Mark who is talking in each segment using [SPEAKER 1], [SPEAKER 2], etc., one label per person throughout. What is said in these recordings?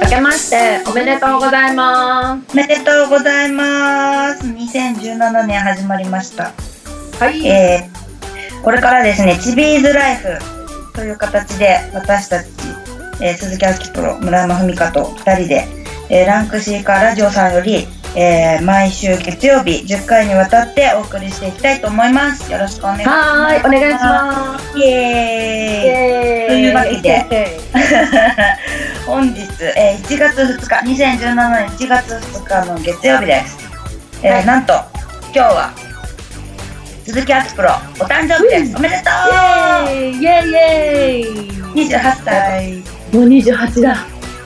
[SPEAKER 1] ておめでとうございま
[SPEAKER 2] おめでとうございます。2017年始まりました。
[SPEAKER 1] す。はい。
[SPEAKER 2] えーこれからですね、チビーズライフという形で私たち、えー鈴木あきプロ、村山文香と2人で、えーランク C からラジオさんより、えー毎週月曜日10回にわたってお送りしていきたいと思います。よろしくお願いします。
[SPEAKER 1] はーい、お願いします。
[SPEAKER 2] イエーイ
[SPEAKER 1] イエーイ
[SPEAKER 2] というわけで
[SPEAKER 1] イエーイ
[SPEAKER 2] 本日、えー1月2日2017年1月2日の月曜日です、えー
[SPEAKER 1] はい
[SPEAKER 2] なんと今日は鈴木敦プロお誕生日です、
[SPEAKER 1] うん
[SPEAKER 2] おめでと
[SPEAKER 1] イエーイイエーイ
[SPEAKER 2] う28歳
[SPEAKER 1] もう28だ。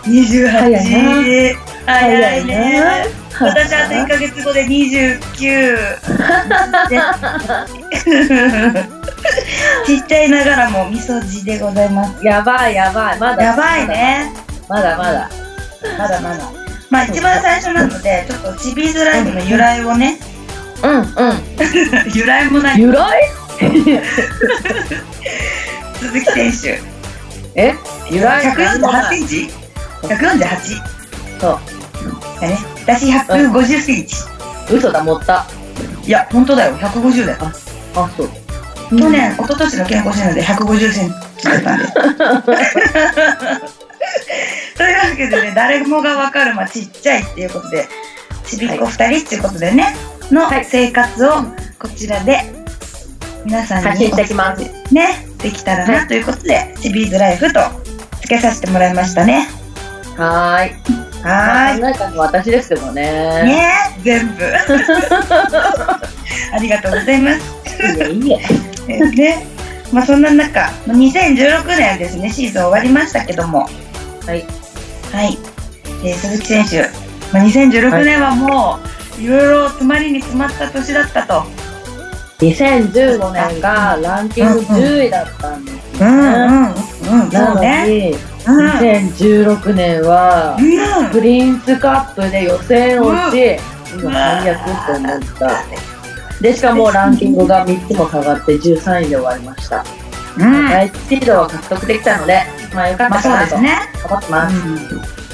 [SPEAKER 2] 28
[SPEAKER 1] 早いね
[SPEAKER 2] 早いね私はあと1
[SPEAKER 1] ね。
[SPEAKER 2] ヶ月後で29 ちっちゃいながらもみそじでございます
[SPEAKER 1] やばいやばい。まだ。
[SPEAKER 2] やばい。ね
[SPEAKER 1] まだまだ。
[SPEAKER 2] まだまだまあ一番最初なのでちょっとチビーズライブの由来をね
[SPEAKER 1] うんうん。
[SPEAKER 2] 由来もない
[SPEAKER 1] 由来
[SPEAKER 2] 鈴木選手
[SPEAKER 1] え由来
[SPEAKER 2] 148センチ148
[SPEAKER 1] そ
[SPEAKER 2] だね私150センチ、
[SPEAKER 1] う。嘘だ、持った。
[SPEAKER 2] いや本当だよ150だよ、
[SPEAKER 1] あ、そう。
[SPEAKER 2] 去年一昨年の健康診断で150センチだったんで というわけでね誰もが分かる、まあ、ちっちゃいっていうことでちびっこ2人っていうことでね、の
[SPEAKER 1] はい
[SPEAKER 2] 生活をこちらで皆さんに
[SPEAKER 1] 発信していきます
[SPEAKER 2] ねできたら
[SPEAKER 1] は
[SPEAKER 2] なということで、ちびーズライフとつけさせてもらいましたね
[SPEAKER 1] はーい。
[SPEAKER 2] はーい
[SPEAKER 1] 考えたの私ですけどね。
[SPEAKER 2] ねえ全部 ありがとうございます
[SPEAKER 1] いいね、いいね。
[SPEAKER 2] えーねまあそんな中2016年ですねシーズン終わりましたけども
[SPEAKER 1] はい。
[SPEAKER 2] はい、えー鈴木選手、まあ、2016年はもういろいろ詰まりに詰まった年だったと
[SPEAKER 1] 2015年がランキング10位だったんです
[SPEAKER 2] う
[SPEAKER 1] よね。
[SPEAKER 2] んうん
[SPEAKER 1] な
[SPEAKER 2] そう
[SPEAKER 1] の
[SPEAKER 2] ね
[SPEAKER 1] に、
[SPEAKER 2] うんうん
[SPEAKER 1] 2016年は、プリンスカップで予選落ち、今最悪と思った。で、しかもランキングが3つも下がって13位で終わりました。
[SPEAKER 2] うん
[SPEAKER 1] 第一シードは獲得できたので、まあよかっ
[SPEAKER 2] ま
[SPEAKER 1] た
[SPEAKER 2] あそうで
[SPEAKER 1] かなと
[SPEAKER 2] すね、
[SPEAKER 1] 思ってます。
[SPEAKER 2] うん、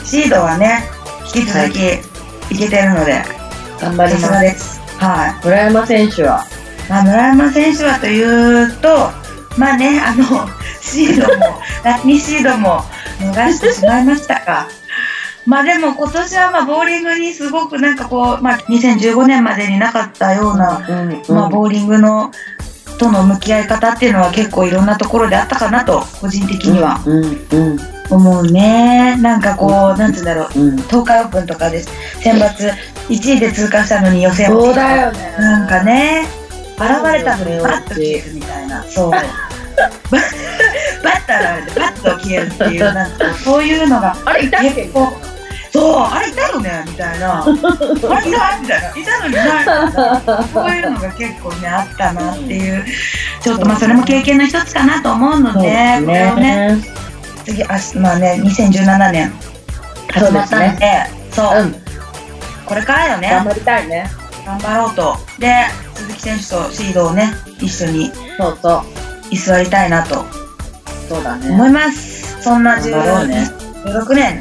[SPEAKER 2] シードはね引き続きいけてるので
[SPEAKER 1] 頑張り
[SPEAKER 2] さす
[SPEAKER 1] ま
[SPEAKER 2] が
[SPEAKER 1] す。
[SPEAKER 2] ですはい
[SPEAKER 1] 村山選手は、
[SPEAKER 2] まあ、村山選手はというと、まあね、あの、 シードも、 ラミシードも逃してしまいましたが、 まあでも今年はまあボーリングにすごくなんかこう、まあ2015年までになかったような、
[SPEAKER 1] うんうん
[SPEAKER 2] まあボーリングの、との向き合い方っていうのは結構いろんなところであったかなと、個人的には
[SPEAKER 1] うんうん
[SPEAKER 2] 思うね。なんかこう、なんて言うんだろう、
[SPEAKER 1] うん。
[SPEAKER 2] 東海オープンとかです。選抜1位で通過したのに予選落
[SPEAKER 1] そう
[SPEAKER 2] ちた
[SPEAKER 1] だよね。
[SPEAKER 2] なんかね、現れたのにバッと消えるみたいな、そう。 ババッターが現れてバッと消えるっていう、なんかそういうのが、
[SPEAKER 1] あれ、いたっけ
[SPEAKER 2] 結構、そう、あれいたのね、みたい な、あれいたみたいな、いたのにないみたいな、そういうのが結構ね、あったなっていう、ちょっとまあ、それも経験の一つかなと思うので、これをね、
[SPEAKER 1] ね。
[SPEAKER 2] 次、あしまあね、2017年、始まったので、そう、
[SPEAKER 1] うん。
[SPEAKER 2] これからよね。
[SPEAKER 1] 頑張りたいね。
[SPEAKER 2] 頑張ろうと。で、鈴木選手とシードをね、一緒に
[SPEAKER 1] そうそう。
[SPEAKER 2] 居座りたいなと
[SPEAKER 1] そうだ
[SPEAKER 2] 思
[SPEAKER 1] ね。
[SPEAKER 2] います。そんな
[SPEAKER 1] 頑張ろ
[SPEAKER 2] 16
[SPEAKER 1] うね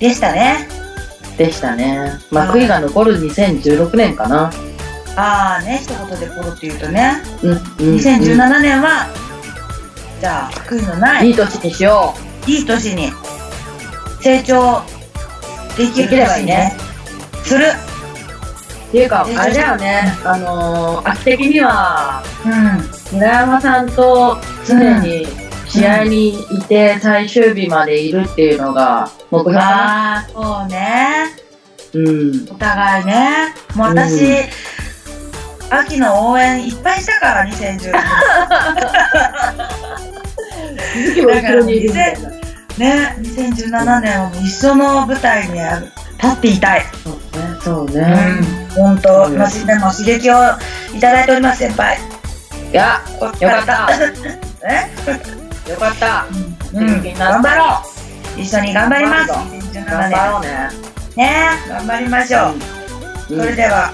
[SPEAKER 2] 年16年でしたね。
[SPEAKER 1] でしたね。まあ、悔いが残る2016年かな。
[SPEAKER 2] ああね、一言でポロって言うとね、
[SPEAKER 1] うん。うんうん
[SPEAKER 2] 2017年は、じゃあ、悔いのない、
[SPEAKER 1] いい年にしよ
[SPEAKER 2] いい年に成長できる
[SPEAKER 1] できれば
[SPEAKER 2] 年
[SPEAKER 1] い
[SPEAKER 2] に
[SPEAKER 1] い
[SPEAKER 2] ね
[SPEAKER 1] ね、
[SPEAKER 2] する。
[SPEAKER 1] う。っていうか、あれだよね。あのー、秋的には、
[SPEAKER 2] うん。
[SPEAKER 1] 村山さんと常に試合にいて最終日までいるっていうのが目標かな。
[SPEAKER 2] ああ、そうね。
[SPEAKER 1] うん。
[SPEAKER 2] お互いね。もう私、
[SPEAKER 1] う
[SPEAKER 2] 秋の応援いっぱいしたから、2016年。
[SPEAKER 1] 鈴木も後ろにいるみたいな。
[SPEAKER 2] ね、2017年はもう一緒の舞台に立っていたい。
[SPEAKER 1] そうね。そう
[SPEAKER 2] う
[SPEAKER 1] ね。
[SPEAKER 2] ん、本当、
[SPEAKER 1] うん
[SPEAKER 2] まあ、でも刺激をいただいております、先輩。
[SPEAKER 1] いや、
[SPEAKER 2] こっ
[SPEAKER 1] よかった。
[SPEAKER 2] た。ね、
[SPEAKER 1] よかった。
[SPEAKER 2] うん、
[SPEAKER 1] 刺激にな
[SPEAKER 2] 頑
[SPEAKER 1] った
[SPEAKER 2] 張ろう。一緒に頑張ります。
[SPEAKER 1] 頑
[SPEAKER 2] 2017年。
[SPEAKER 1] 張ろうね。
[SPEAKER 2] ね、頑張りましょう。
[SPEAKER 1] う
[SPEAKER 2] それ
[SPEAKER 1] ん
[SPEAKER 2] では、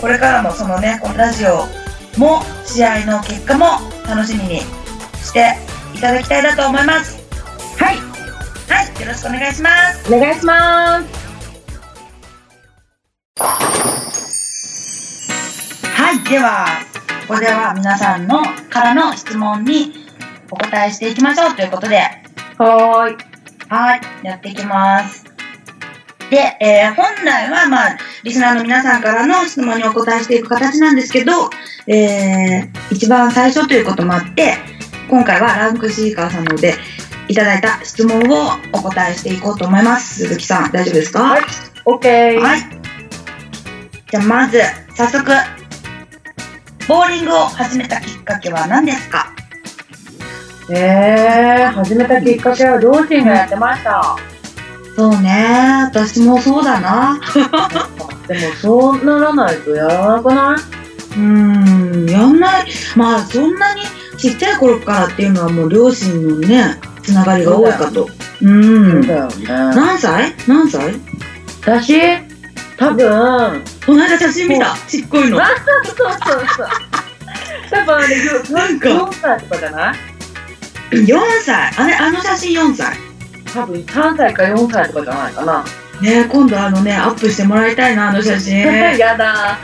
[SPEAKER 2] これからもそのね、このラジオも試合の結果も楽しみにしていただきたいなと思います。
[SPEAKER 1] はい。
[SPEAKER 2] はい、とよろしくお願いします。
[SPEAKER 1] お願いします
[SPEAKER 2] はい、では、ここでは皆さんのからの質問にお答えしていきましょうということで、
[SPEAKER 1] はーい
[SPEAKER 2] はい、やっていきます。で、えー本来は、まあ、リスナーの皆さんからの質問にお答えしていく形なんですけど、えー一番最初ということもあって、今回はランクシーカーさんので、いただいた質問をお答えしていこうと思います。鈴木さん、大丈夫ですか
[SPEAKER 1] はい OK
[SPEAKER 2] はい。じゃあまず、早速、ボーリングを始めたきっかけは何ですか
[SPEAKER 1] えー、始めたきっかけは両親がやってました、
[SPEAKER 2] そうね、私もそうだな。
[SPEAKER 1] でもそうならないとやらなくないう
[SPEAKER 2] ーん、やんない。まあ、そんなにちっちゃい頃からっていうのはもう両親のね、つながりが多いかと。う。
[SPEAKER 1] そうんだよね
[SPEAKER 2] 何歳何歳
[SPEAKER 1] 私多分
[SPEAKER 2] この間写真見た。ちっこいの。
[SPEAKER 1] あそうそうそう多分あれ
[SPEAKER 2] なんか
[SPEAKER 1] 4歳とかじゃない
[SPEAKER 2] 4歳。あれ、あの写真4歳。
[SPEAKER 1] 多分3歳か4歳とかじゃないかな
[SPEAKER 2] ね今度あのね、アップしてもらいたいな、あの写 真。
[SPEAKER 1] やだ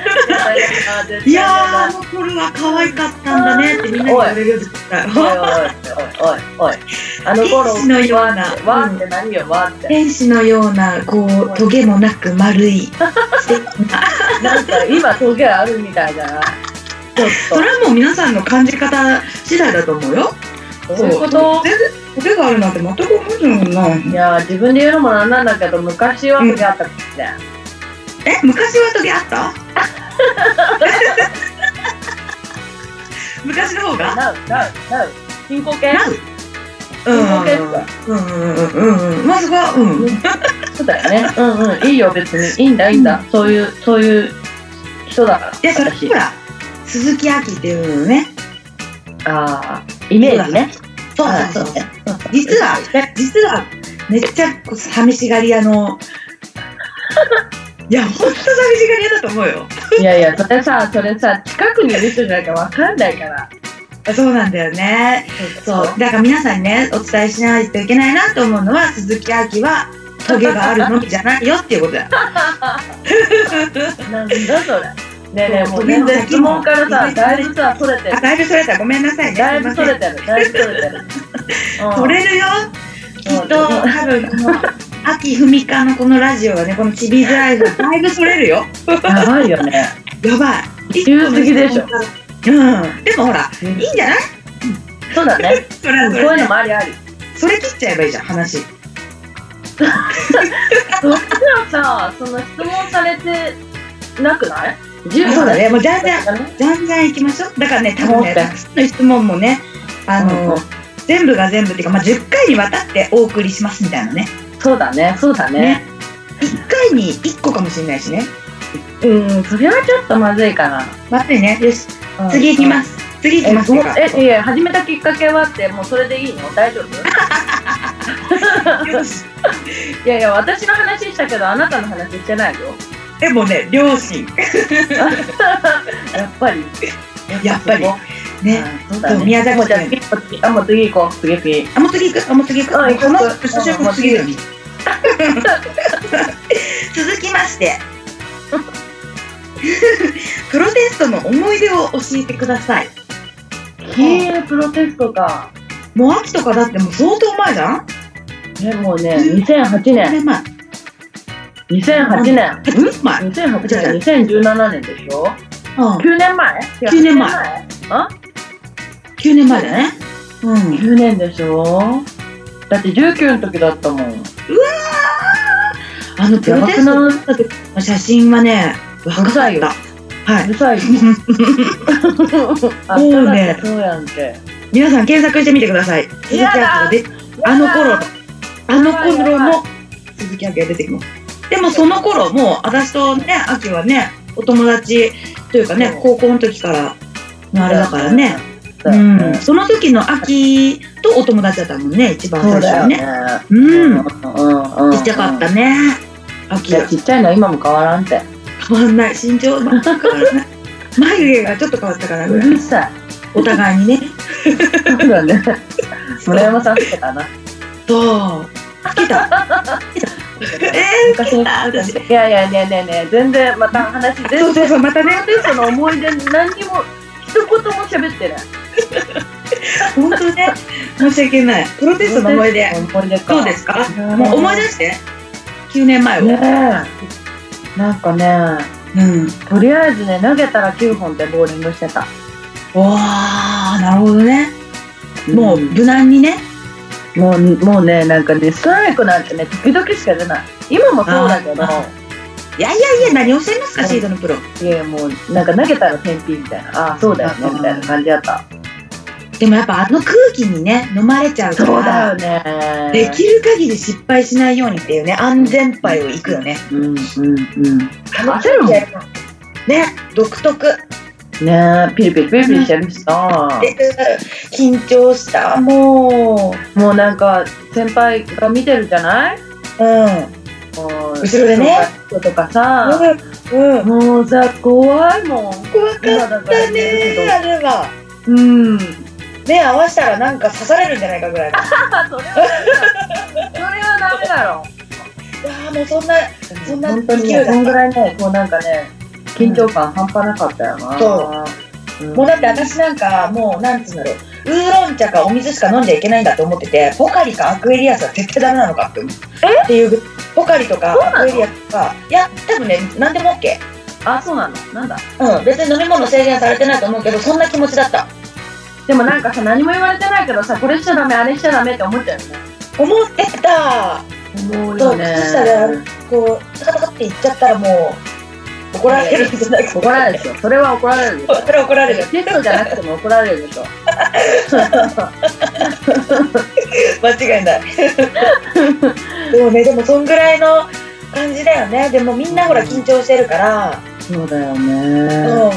[SPEAKER 1] ー
[SPEAKER 2] いやー、あの頃は可愛かったんだねってみんなに言われるよ、絶対。
[SPEAKER 1] おいおいおいおいおいあの頃
[SPEAKER 2] 天使のような
[SPEAKER 1] わーって何よわーって
[SPEAKER 2] 天使のような、こう、トゲもなく丸い。
[SPEAKER 1] なんか今トゲあるみたいだなちょっ
[SPEAKER 2] それはもう皆さんの感じ方次第だと思うよ。
[SPEAKER 1] とそういうこと
[SPEAKER 2] 全然トゲがあるなんて全く思ってないもんな。
[SPEAKER 1] いやー自分で言うのもなんなんだけど昔はトゲあったっけ、
[SPEAKER 2] え、昔はトゲあった昔の方
[SPEAKER 1] なう
[SPEAKER 2] が
[SPEAKER 1] なうなう進行形
[SPEAKER 2] なううんうんうんうんうんうん。まずは、うん。
[SPEAKER 1] そうだよねうんうんいいよ別にいいんだいいんだ、そういうそういう人だから
[SPEAKER 2] で、それ
[SPEAKER 1] 私
[SPEAKER 2] ほら、鈴木亜希っていうのね。
[SPEAKER 1] ああイメージね
[SPEAKER 2] そうそうそう。実は実はめっちゃこう寂しがり屋のいやほんと寂しがり屋だと思うよ
[SPEAKER 1] いやいやそれさそれさ近くにいる人じゃなきゃわかんないから
[SPEAKER 2] あそうなんだよねそうだから皆さんにねお伝えしないといけないなと思うのは鈴木亜希はトゲがあるのみじゃないよっていうことだよ
[SPEAKER 1] なんだそれねえねえ
[SPEAKER 2] そう
[SPEAKER 1] もう全然質問から
[SPEAKER 2] 意外と
[SPEAKER 1] さ
[SPEAKER 2] ね
[SPEAKER 1] だいぶさ取れて
[SPEAKER 2] あ
[SPEAKER 1] る
[SPEAKER 2] だいぶそれたごめんなさいね
[SPEAKER 1] だい
[SPEAKER 2] す
[SPEAKER 1] ぶ
[SPEAKER 2] い
[SPEAKER 1] 取
[SPEAKER 2] ま
[SPEAKER 1] れてるだいぶ取れて る、うん
[SPEAKER 2] せん取れるよきっと多分この秋文香のこのラジオはねこのチビズライフだいぶそれるよ
[SPEAKER 1] やばいよね
[SPEAKER 2] やばい
[SPEAKER 1] 急すぎでしょ
[SPEAKER 2] うんでもほらいいんじゃない
[SPEAKER 1] そうだね
[SPEAKER 2] それ
[SPEAKER 1] こ
[SPEAKER 2] は
[SPEAKER 1] う
[SPEAKER 2] そ
[SPEAKER 1] いう
[SPEAKER 2] れで
[SPEAKER 1] のもありあり
[SPEAKER 2] それ切っちゃえばいいじゃん話
[SPEAKER 1] そしたらさその質問されてなくない十
[SPEAKER 2] そうだねもう全然じゃんじゃんいきましょうだからね多分ね
[SPEAKER 1] そうね
[SPEAKER 2] たくさんの質問もねあの、
[SPEAKER 1] うん
[SPEAKER 2] 全部が全部っていうか、まあ、10回にわたってお送りしますみたいなね
[SPEAKER 1] そうだねそうだね
[SPEAKER 2] ね1回に1個かもしれないしね
[SPEAKER 1] うんそれはちょっとまずいかな、
[SPEAKER 2] 待ってねよし
[SPEAKER 1] うん
[SPEAKER 2] 次いきます次いき
[SPEAKER 1] え
[SPEAKER 2] ます
[SPEAKER 1] もう
[SPEAKER 2] か
[SPEAKER 1] えいや始めたきっかけはってもうそれでいいの大 丈夫
[SPEAKER 2] よし
[SPEAKER 1] いやいや私の話したけどあなたの話してないよ
[SPEAKER 2] でもね両親
[SPEAKER 1] やっぱり
[SPEAKER 2] やっぱりね、
[SPEAKER 1] うんそうだ
[SPEAKER 2] そう
[SPEAKER 1] ね
[SPEAKER 2] 宮崎
[SPEAKER 1] もうじゃあ次あもう次行こう次次
[SPEAKER 2] あもう次行くあもう次行く
[SPEAKER 1] うん行く
[SPEAKER 2] この
[SPEAKER 1] 行く
[SPEAKER 2] 久しぶり
[SPEAKER 1] うん
[SPEAKER 2] も次だよね続きましてプロテストの思い出を教えてください
[SPEAKER 1] 経営プロテストか
[SPEAKER 2] もう秋とかだってもう相当前じゃん
[SPEAKER 1] ねもうね2008
[SPEAKER 2] そ
[SPEAKER 1] 年
[SPEAKER 2] れ前。
[SPEAKER 1] 2008年
[SPEAKER 2] うん前。
[SPEAKER 1] 2008年2017年でしょ
[SPEAKER 2] う
[SPEAKER 1] 9年前
[SPEAKER 2] 9年前
[SPEAKER 1] あ
[SPEAKER 2] 9年前だね。うん。
[SPEAKER 1] 9年でしょだって19の時だったもん
[SPEAKER 2] あのプ
[SPEAKER 1] や
[SPEAKER 2] ロ
[SPEAKER 1] ば
[SPEAKER 2] テ
[SPEAKER 1] く
[SPEAKER 2] スト
[SPEAKER 1] ないう
[SPEAKER 2] の写真はね、若かった。
[SPEAKER 1] さいよ
[SPEAKER 2] は
[SPEAKER 1] る
[SPEAKER 2] い。
[SPEAKER 1] さいよ
[SPEAKER 2] も
[SPEAKER 1] あそうう
[SPEAKER 2] ね
[SPEAKER 1] ねそうやんけ
[SPEAKER 2] 皆さん検索してみてください。鈴木
[SPEAKER 1] や
[SPEAKER 2] 亜希
[SPEAKER 1] だ
[SPEAKER 2] が出て、あの頃の、あの頃の鈴木亜希が出てきます。でもその頃、もう私とね、亜希はね、お友達というかね
[SPEAKER 1] そう、
[SPEAKER 2] 高校の時からのあれだからね。
[SPEAKER 1] そううだよ
[SPEAKER 2] ん。
[SPEAKER 1] ね
[SPEAKER 2] その時の秋とお友達だったもんね、一番
[SPEAKER 1] そ
[SPEAKER 2] 最
[SPEAKER 1] うだ
[SPEAKER 2] 初
[SPEAKER 1] よ
[SPEAKER 2] に
[SPEAKER 1] ね
[SPEAKER 2] ね。うん。
[SPEAKER 1] うん
[SPEAKER 2] ちっちゃかったね。
[SPEAKER 1] い
[SPEAKER 2] 秋
[SPEAKER 1] やちっちゃいのは今も変わらんて
[SPEAKER 2] 変わんない。身長全く変わらない。眉毛がちょっと変わったから
[SPEAKER 1] う
[SPEAKER 2] ぐらい。
[SPEAKER 1] るさい
[SPEAKER 2] お互いにね。
[SPEAKER 1] そうだね村山さんってかな
[SPEAKER 2] そう。つけた。え
[SPEAKER 1] 昔の
[SPEAKER 2] 私
[SPEAKER 1] いやいやねえねえねえ全然また話全
[SPEAKER 2] そう
[SPEAKER 1] 然
[SPEAKER 2] そうそう、またね。
[SPEAKER 1] その思い出何にも一言も喋ってない
[SPEAKER 2] 本当ね。申し訳ない。プロテストの思い出。
[SPEAKER 1] 思い出か
[SPEAKER 2] どうですか
[SPEAKER 1] うん
[SPEAKER 2] もう思い出して。9年前を。
[SPEAKER 1] ねえなんかね
[SPEAKER 2] うん。
[SPEAKER 1] とりあえずね投げたら9本でボーリングしてた
[SPEAKER 2] わー、なるほどね。もう無難にね。
[SPEAKER 1] もうもうねなんかねストライクなんてね時々しか出ない今もそうだけど
[SPEAKER 2] あいやいやいや、何をおっしゃいますか、シードのプロ。
[SPEAKER 1] いやもうなんか投げたら天品みたいなああそうだよね
[SPEAKER 2] あー
[SPEAKER 1] みたいな感じだった
[SPEAKER 2] でもやっぱあの空気にね、飲まれちゃうから。
[SPEAKER 1] そうだよね
[SPEAKER 2] できる限り失敗しないようにっていうね、安全牌をいくよね。
[SPEAKER 1] うんうんうんね
[SPEAKER 2] 焦
[SPEAKER 1] るもん
[SPEAKER 2] ね、独特。
[SPEAKER 1] えピリピリピリピリしてるしさ
[SPEAKER 2] で、緊張した。も、
[SPEAKER 1] もうなんか先輩が見てるじゃないう
[SPEAKER 2] うん。
[SPEAKER 1] もう
[SPEAKER 2] 後ろでね
[SPEAKER 1] 人とかさ
[SPEAKER 2] うん。
[SPEAKER 1] もうさ怖いもん
[SPEAKER 2] 怖か
[SPEAKER 1] 今だ
[SPEAKER 2] っ
[SPEAKER 1] から
[SPEAKER 2] た
[SPEAKER 1] 言える
[SPEAKER 2] ね、あれは。
[SPEAKER 1] けど うん
[SPEAKER 2] 目合わせたらなんか刺されるんじゃないかぐらいの。あ
[SPEAKER 1] あそれはダメだそれはダメだろ
[SPEAKER 2] あ、もうそんな、そんな
[SPEAKER 1] 本当に
[SPEAKER 2] 勢いだ
[SPEAKER 1] ね
[SPEAKER 2] った
[SPEAKER 1] そんぐらいねこうなんかね緊張感半端なかったよな
[SPEAKER 2] そ
[SPEAKER 1] うん
[SPEAKER 2] もうだって私なんかもうなんつうんだろうウーロン茶かお水しか飲んじゃいけないんだと思っててポカリかアクエリアスは絶対ダメなのかって思うっていうぐポカリとか
[SPEAKER 1] そうなの
[SPEAKER 2] アクエリアスとかいや多分ね何でも OK
[SPEAKER 1] あそうなのなんだ
[SPEAKER 2] うん別に飲み物制限されてないと思うけどそんな気持ちだった
[SPEAKER 1] でもなんかさ何も言われてないけどさこれしちゃダメあれしちゃダメって思っちゃうよね
[SPEAKER 2] 思ってた
[SPEAKER 1] 思う
[SPEAKER 2] そ
[SPEAKER 1] よ
[SPEAKER 2] う
[SPEAKER 1] ね
[SPEAKER 2] 靴下でこうカタカタって言っちゃったらもう怒られるんじゃないか
[SPEAKER 1] 怒られるでしょそれは怒られるでしょ
[SPEAKER 2] それは怒られる
[SPEAKER 1] テストじゃなくても怒られるでしょ
[SPEAKER 2] 間違い ないでもねでもそんぐらいの感じだよねでもみんなほら緊張してるから
[SPEAKER 1] そうだよ
[SPEAKER 2] うん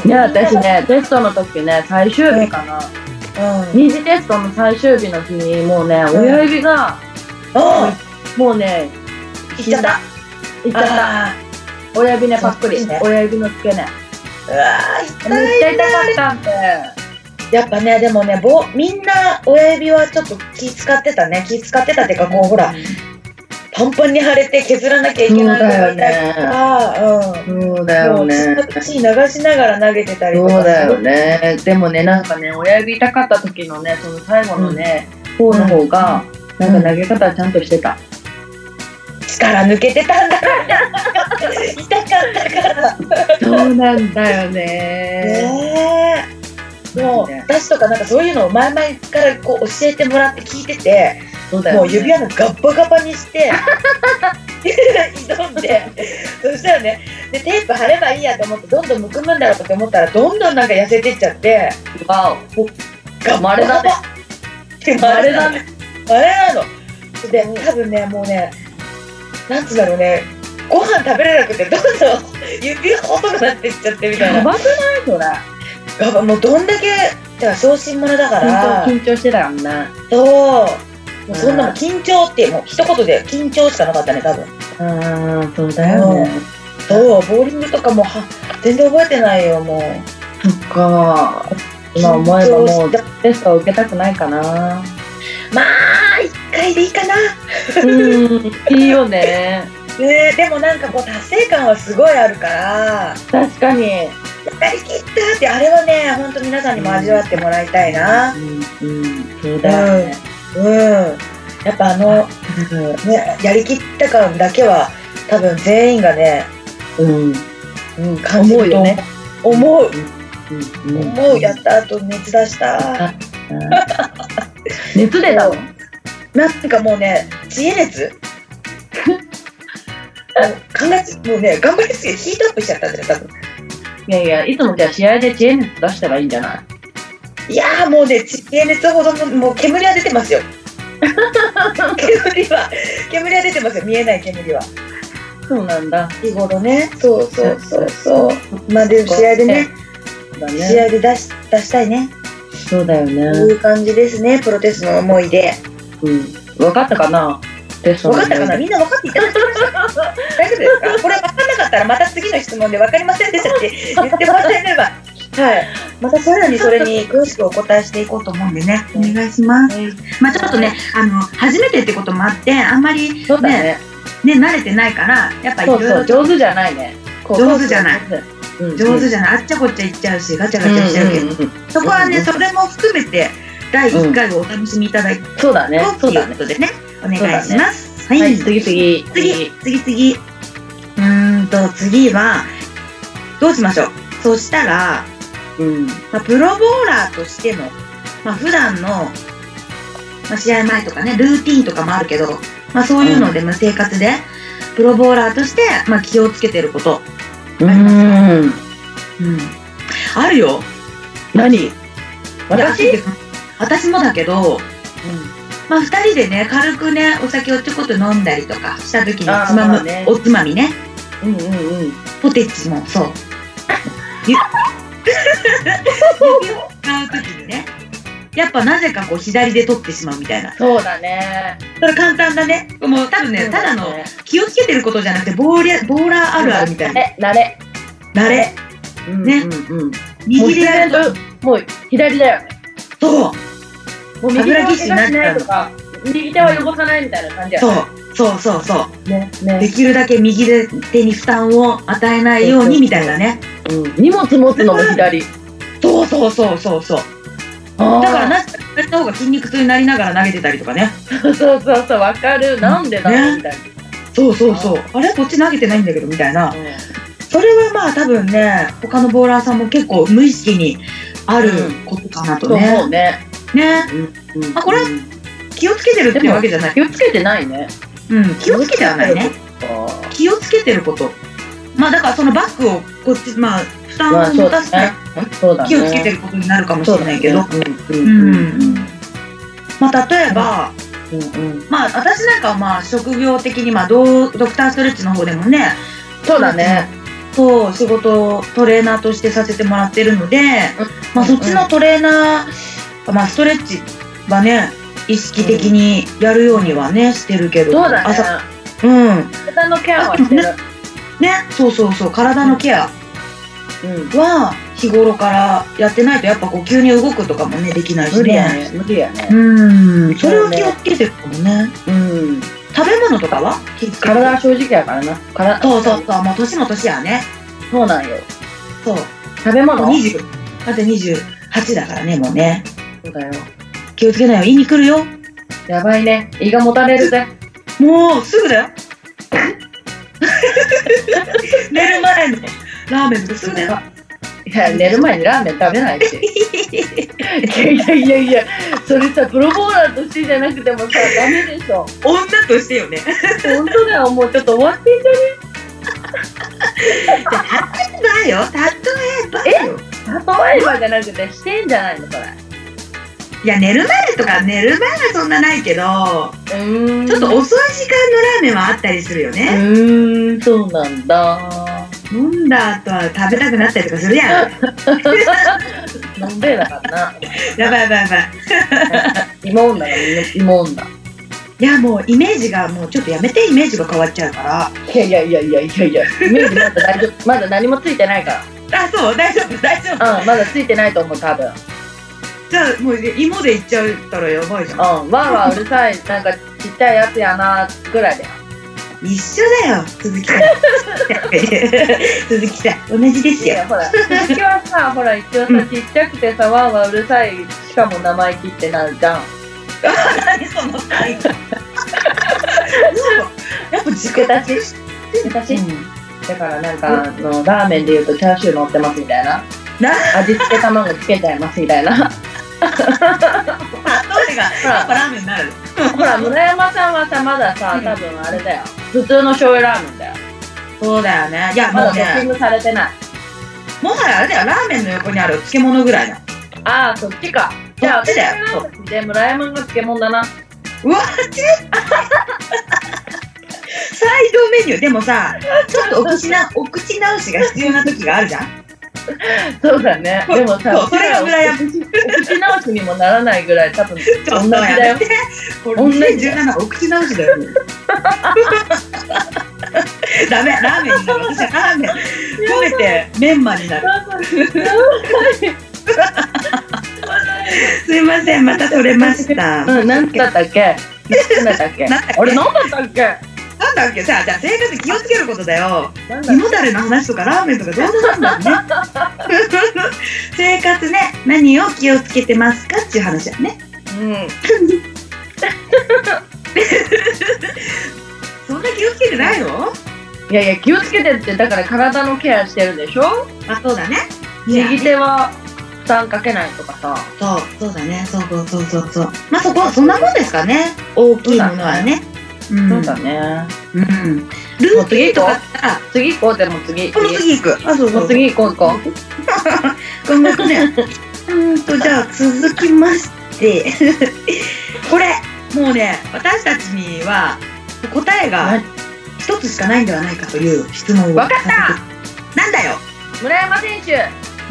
[SPEAKER 1] ね私ねテストの時ね最終日かな
[SPEAKER 2] うん
[SPEAKER 1] 二次テストの最終日の日にもうね親指が
[SPEAKER 2] うん
[SPEAKER 1] もうね
[SPEAKER 2] 行っちゃった。
[SPEAKER 1] いっちゃった
[SPEAKER 2] あ
[SPEAKER 1] 親指ねパックリ
[SPEAKER 2] そうね
[SPEAKER 1] 親指の付け根
[SPEAKER 2] ーうわー
[SPEAKER 1] めっ
[SPEAKER 2] 痛
[SPEAKER 1] ち
[SPEAKER 2] い。
[SPEAKER 1] ゃ痛かったんで
[SPEAKER 2] やっぱね、でもね、ぼみんな親指はちょっと気使ってたね。気使ってたっていうか、こうほら、パンパンに腫れて削らなきゃいけない
[SPEAKER 1] そうだよね
[SPEAKER 2] よね。
[SPEAKER 1] そうだ
[SPEAKER 2] うん。も
[SPEAKER 1] よ
[SPEAKER 2] う
[SPEAKER 1] ね
[SPEAKER 2] 血流しながら投げてたり
[SPEAKER 1] そ
[SPEAKER 2] とか。
[SPEAKER 1] うだよねでもねなんかね親指痛かった時のねその最後のね、方の方が、
[SPEAKER 2] うん
[SPEAKER 1] なんか投げ方ちゃんとしてた、
[SPEAKER 2] 力抜けてたんだから。 痛かったから。
[SPEAKER 1] そうなんだよね
[SPEAKER 2] ねえ。もう、
[SPEAKER 1] ね
[SPEAKER 2] 私とかなんかそういうのを前々からこう教えてもらって聞いてて、
[SPEAKER 1] そうだ
[SPEAKER 2] も
[SPEAKER 1] よ
[SPEAKER 2] う
[SPEAKER 1] ね
[SPEAKER 2] 指輪のガッバガバにして 挑んでそしたらねでテープ貼ればいいやと思ってどんどんむくむんだろうかと思ったらどんどんなんか痩せてっちゃって
[SPEAKER 1] わお
[SPEAKER 2] ガッバ
[SPEAKER 1] 丸
[SPEAKER 2] ガバ
[SPEAKER 1] だね
[SPEAKER 2] って
[SPEAKER 1] あ
[SPEAKER 2] あ
[SPEAKER 1] れ
[SPEAKER 2] れ
[SPEAKER 1] だ
[SPEAKER 2] な
[SPEAKER 1] ね
[SPEAKER 2] のあれなので多分ねもうねなんつうんだろうねご飯食べれなくてどんどん指が細くなってっちゃってみた
[SPEAKER 1] や
[SPEAKER 2] いな
[SPEAKER 1] ばくないそれ
[SPEAKER 2] ガバもうどんだけだから小心者だから
[SPEAKER 1] 緊張緊張してたよね
[SPEAKER 2] そうもうそんなの緊張ってもう一言で緊張しかなかったね多分
[SPEAKER 1] ああそうだよね
[SPEAKER 2] そう、ボーリングとかもは全然覚えてないよ、もう。
[SPEAKER 1] そっか今思えば
[SPEAKER 2] 緊
[SPEAKER 1] も
[SPEAKER 2] 張
[SPEAKER 1] う
[SPEAKER 2] した
[SPEAKER 1] テストは受けたくないかな
[SPEAKER 2] まあ、一回でいいかな。
[SPEAKER 1] うんいいよね
[SPEAKER 2] ねえ、でもなんかこう、達成感はすごいあるから、
[SPEAKER 1] 確かに
[SPEAKER 2] やりきったって、あれはね、ほんと皆さんにも味わってもらいたいな。
[SPEAKER 1] うんうんそうだよね
[SPEAKER 2] うん。やっぱあの、ね、やりきった感だけは、多分全員がね、
[SPEAKER 1] うん
[SPEAKER 2] うん、感じると
[SPEAKER 1] 思うよね。
[SPEAKER 2] 思う。
[SPEAKER 1] うんうん
[SPEAKER 2] 思う。やった後、熱出した。
[SPEAKER 1] 熱出たの
[SPEAKER 2] なんかもうね、知恵熱もう考えつもうね、頑張りすぎてヒートアップしちゃったんだよ、多分。
[SPEAKER 1] いやいやいつもじゃあ試合で知恵熱出したらいいんじゃない
[SPEAKER 2] いやーもうね、知恵熱ほどの、もう煙は出て ますよ。煙は、煙は出てますよ、見えない煙は。
[SPEAKER 1] そうなんだ
[SPEAKER 2] 日頃ね、そうそうそうそう。まあでも試合でね、
[SPEAKER 1] だ
[SPEAKER 2] 試合で出し出したいね。
[SPEAKER 1] そうだよ
[SPEAKER 2] こう
[SPEAKER 1] ね
[SPEAKER 2] いう感じですね、プロテストの思い出。
[SPEAKER 1] うん分かったかなテスト
[SPEAKER 2] 分
[SPEAKER 1] の
[SPEAKER 2] かったかなみんな分かっていただけました 大丈夫ですかこれ分かんなかったらまた次の質問で分かりませんでしたって言ってもらえればはい。またさらにそれに詳しくお答えしていこうと思うんでね、お願いします。まあちょっとね、あの、初めてってこともあって、あんまりね、
[SPEAKER 1] そうだね。
[SPEAKER 2] ね慣れてないから、やっぱい
[SPEAKER 1] そ
[SPEAKER 2] ろ
[SPEAKER 1] う
[SPEAKER 2] い
[SPEAKER 1] そう、
[SPEAKER 2] ろ
[SPEAKER 1] 上手じゃないね。こう
[SPEAKER 2] 上手じゃない。
[SPEAKER 1] うん
[SPEAKER 2] 上手じゃない、あっちゃこっちゃいっちゃうし、ガチャガチャしちゃうけど、
[SPEAKER 1] うんうんうん
[SPEAKER 2] そこはね、
[SPEAKER 1] うん
[SPEAKER 2] それも含めて、第1回をお楽しみいただこ
[SPEAKER 1] そうだ
[SPEAKER 2] う
[SPEAKER 1] ね。
[SPEAKER 2] と
[SPEAKER 1] そう
[SPEAKER 2] いう
[SPEAKER 1] だ
[SPEAKER 2] こ
[SPEAKER 1] ね。
[SPEAKER 2] とでね、お願い
[SPEAKER 1] そうだね
[SPEAKER 2] します。は
[SPEAKER 1] はい、
[SPEAKER 2] い。
[SPEAKER 1] 次次。
[SPEAKER 2] 次、次、次。うーんと、次は、どうしましょう。そしたら、
[SPEAKER 1] うん。
[SPEAKER 2] まあ、プロボーラーとしての、まあ、普段の、まあ、試合前とかね、ルーティンとかもあるけど、まあ、そういうので、まあ、生活で、プロボーラーとして、まあ、気をつけてること。
[SPEAKER 1] うん。
[SPEAKER 2] うん。あるよ。
[SPEAKER 1] 何
[SPEAKER 2] い
[SPEAKER 1] 私
[SPEAKER 2] や私もだけど、まあ、二人でね、軽くね、お酒をちょこっと飲んだりとかした時に
[SPEAKER 1] あー
[SPEAKER 2] つま
[SPEAKER 1] まあ
[SPEAKER 2] む、
[SPEAKER 1] ね
[SPEAKER 2] おつまみね。
[SPEAKER 1] うんうんうん。
[SPEAKER 2] ポテチもそう。ゆ指を使う時にね、やっぱなぜかこう左で取ってしまうみたいな。
[SPEAKER 1] そうだね。
[SPEAKER 2] それ簡単だね。もう多分ね、ただの気をつけてることじゃなくて、ボーリャボーラーあるあるみたいな。。
[SPEAKER 1] 慣れ。
[SPEAKER 2] 慣れ。ね
[SPEAKER 1] ね。うんうんうん。もう
[SPEAKER 2] 右でやる
[SPEAKER 1] 左
[SPEAKER 2] と。
[SPEAKER 1] だと、も
[SPEAKER 2] そう。
[SPEAKER 1] う左だよね。もう右
[SPEAKER 2] 油
[SPEAKER 1] 手は汚
[SPEAKER 2] ぎっしになっ
[SPEAKER 1] し
[SPEAKER 2] ち
[SPEAKER 1] な
[SPEAKER 2] ゃ
[SPEAKER 1] いうとか、右手は汚さないみたいな感じや
[SPEAKER 2] そ
[SPEAKER 1] ね。
[SPEAKER 2] う。そうそうそう。
[SPEAKER 1] ね。
[SPEAKER 2] で
[SPEAKER 1] ね。
[SPEAKER 2] きるだけ右手に負担を与えないようにみたいなね。
[SPEAKER 1] うん荷物持つのも左。
[SPEAKER 2] そうそうそうそうそう。
[SPEAKER 1] だ
[SPEAKER 2] だからなぜかやった方が筋肉痛になりながら投げてたりとかね。
[SPEAKER 1] そうそうそう、わかる。なんでなのみたい
[SPEAKER 2] そうそうそう。あれこっち投げてないんだけどみたいな
[SPEAKER 1] な。。
[SPEAKER 2] それはまあ多分ね、他のボーラーさんも結構無意識にあることかなと
[SPEAKER 1] と思
[SPEAKER 2] ね。
[SPEAKER 1] うね。
[SPEAKER 2] ね。
[SPEAKER 1] うんうん
[SPEAKER 2] あこれ気をつけてるっていうわけじゃない。
[SPEAKER 1] 気をつけてないね。
[SPEAKER 2] うん、気をつけてはないね。
[SPEAKER 1] あ
[SPEAKER 2] 気をつけてること。まあだからそのバッグをこっち、まあ負
[SPEAKER 1] ー
[SPEAKER 2] 担
[SPEAKER 1] まあ、
[SPEAKER 2] を
[SPEAKER 1] そ
[SPEAKER 2] 持
[SPEAKER 1] うだ
[SPEAKER 2] たせて
[SPEAKER 1] ね。そうだね。
[SPEAKER 2] 気をつけてることになるかもし
[SPEAKER 1] そう
[SPEAKER 2] れ
[SPEAKER 1] だ
[SPEAKER 2] な
[SPEAKER 1] ね
[SPEAKER 2] いけど。
[SPEAKER 1] うんうん
[SPEAKER 2] まあ例えば、
[SPEAKER 1] うんうん。
[SPEAKER 2] まあ私なんかはまあ職業的にまあドドクターストレッチの方でもね、
[SPEAKER 1] そうだね。
[SPEAKER 2] そう仕事をトレーナーとしてさせてもらってるので、
[SPEAKER 1] うん
[SPEAKER 2] まあ、そっちのトレーナー、まあ、ストレッチはね意識的にやるようにはねしてるけど
[SPEAKER 1] そうだ
[SPEAKER 2] 朝
[SPEAKER 1] ね。
[SPEAKER 2] うん
[SPEAKER 1] 体のケアはしてる。
[SPEAKER 2] ねそうそうそう体のケア
[SPEAKER 1] うん。
[SPEAKER 2] は日頃からやってないとやっぱこう急に動くとかもねできないし
[SPEAKER 1] 無理
[SPEAKER 2] ね
[SPEAKER 1] やね。無理やね。
[SPEAKER 2] うんそれは気をつけてるかもね
[SPEAKER 1] うん。
[SPEAKER 2] 食べ物とかは気をつけてる
[SPEAKER 1] 体は正直やからな。体。
[SPEAKER 2] そうそうそう。まあ年も年やね
[SPEAKER 1] そうなんよ。
[SPEAKER 2] そう
[SPEAKER 1] 食べ物。
[SPEAKER 2] 20だって28だからねもうね
[SPEAKER 1] そうだよ。
[SPEAKER 2] 気をつけないよ胃に来るよ
[SPEAKER 1] やばいね。胃がもたれるぜ。
[SPEAKER 2] もうすぐだ よ。寝る前のラーメンとかすぐだよ。
[SPEAKER 1] いや、寝る前にラーメン食べないし。いやいやいや、それさ、プロボーラーとしてじゃなくてもさ、ダメでしょ。
[SPEAKER 2] 女としてよね。
[SPEAKER 1] 本当だよ、もうちょっと終わってんじ
[SPEAKER 2] だよ。例えばよ。
[SPEAKER 1] ゃん。例えばじゃなくて、してんじゃないの、それ。
[SPEAKER 2] いや、寝る前とか、寝る前はそんなないけど、
[SPEAKER 1] うーん。
[SPEAKER 2] ちょっと
[SPEAKER 1] う
[SPEAKER 2] 遅い時間のラーメンはあったりするよね。
[SPEAKER 1] ーん、そうなんだ。
[SPEAKER 2] 飲んだ後は食べたくなったりとかするやん。
[SPEAKER 1] 飲んでだからな。
[SPEAKER 2] やばいやばいやばい。
[SPEAKER 1] 芋女が芋女。
[SPEAKER 2] いや、もうイメージが、もうちょっとやめて、イメージが変わっちゃうから。
[SPEAKER 1] いやいやいやいやいやいや、イメージまだ大丈夫、まだ何もついてないか
[SPEAKER 2] あ、そう、大丈夫、大丈夫。
[SPEAKER 1] ら。うん、まだついてないと思う、多分。うん、
[SPEAKER 2] じゃあ、もう芋でいっちゃったらやばいじゃん。
[SPEAKER 1] わーわーうるさい、なんかちっちゃいやつやな、ぐらいだよ。
[SPEAKER 2] 一緒だよ、鈴木さん。鈴木さん、同じで
[SPEAKER 1] い
[SPEAKER 2] すよ。
[SPEAKER 1] やほら鈴木はさほら一応
[SPEAKER 2] う
[SPEAKER 1] さちっちゃくてさわーわーうるさいしかも生意気ってなるじゃん
[SPEAKER 2] 何その態度。やっぱ自己達し
[SPEAKER 1] 私、だからなんかあのラーメンで言うとチャーシュー乗ってますみたいな
[SPEAKER 2] な
[SPEAKER 1] 味付け卵つけちゃいますみたいな
[SPEAKER 2] 例えが、やっ
[SPEAKER 1] ほ
[SPEAKER 2] ぱ
[SPEAKER 1] ら
[SPEAKER 2] ラーメンになる。
[SPEAKER 1] ほら村山さんはさまださ
[SPEAKER 2] うん
[SPEAKER 1] 多分あれだよ普通の醤油ラーメンだよ
[SPEAKER 2] そうだよね。いや、も
[SPEAKER 1] まだ
[SPEAKER 2] う
[SPEAKER 1] トッピン
[SPEAKER 2] ね、
[SPEAKER 1] グされてない
[SPEAKER 2] もはやあれだよ、ラーメンの横にある漬物ぐらいだ。
[SPEAKER 1] ああそっちかじゃあ
[SPEAKER 2] そっち
[SPEAKER 1] 私
[SPEAKER 2] だよ
[SPEAKER 1] は私で村山が漬物だな
[SPEAKER 2] うわ、ち サイドメニュー。でもさ、ちょっとお口な、お口直しが必要な時があるじゃん。
[SPEAKER 1] そうだねでも
[SPEAKER 2] そ
[SPEAKER 1] さ
[SPEAKER 2] うそれが村山
[SPEAKER 1] お口直しにもならないぐらい多分
[SPEAKER 2] ちょっとやめ て。これ
[SPEAKER 1] 同じだよ
[SPEAKER 2] 2017お口直しだよ。 ダメ、ラーメンになる。私はラーメン。食べてメンマになる。
[SPEAKER 1] やばい
[SPEAKER 2] すいません、また取れました。
[SPEAKER 1] うん、なんだったっけなんだったっけ
[SPEAKER 2] なんだっけ
[SPEAKER 1] あれ、なんだったっけ
[SPEAKER 2] なんだっけさあ、じゃあ生活に気をつけることだよ。
[SPEAKER 1] なんだ
[SPEAKER 2] 芋だれの話とかラーメンとかどうなんだろうね。 生活ね、何を気をつけてますかっていう話だ ね。
[SPEAKER 1] うん。
[SPEAKER 2] そんな気をつけてないの
[SPEAKER 1] いやいや、気をつけてって、だから体のケアしてるでしょ
[SPEAKER 2] あ、そうだね。
[SPEAKER 1] 右手は負担かけないとかさ。
[SPEAKER 2] そう、そうだね。そうそうそうそうそう。まあそこはそんなもんですかね。大きいものはね。うん
[SPEAKER 1] そうだね。
[SPEAKER 2] うん。ルーティンとかあ、
[SPEAKER 1] 次行こうでも次。
[SPEAKER 2] この次行く。あ、そう
[SPEAKER 1] もう次行こう行こう。
[SPEAKER 2] こんな感じね。うーんと、じゃあ続きまして。 これ、もうね、私たちには答えが一つしかないんではないかという質問を。
[SPEAKER 1] わかった
[SPEAKER 2] なんだよ
[SPEAKER 1] 村山選手
[SPEAKER 2] いや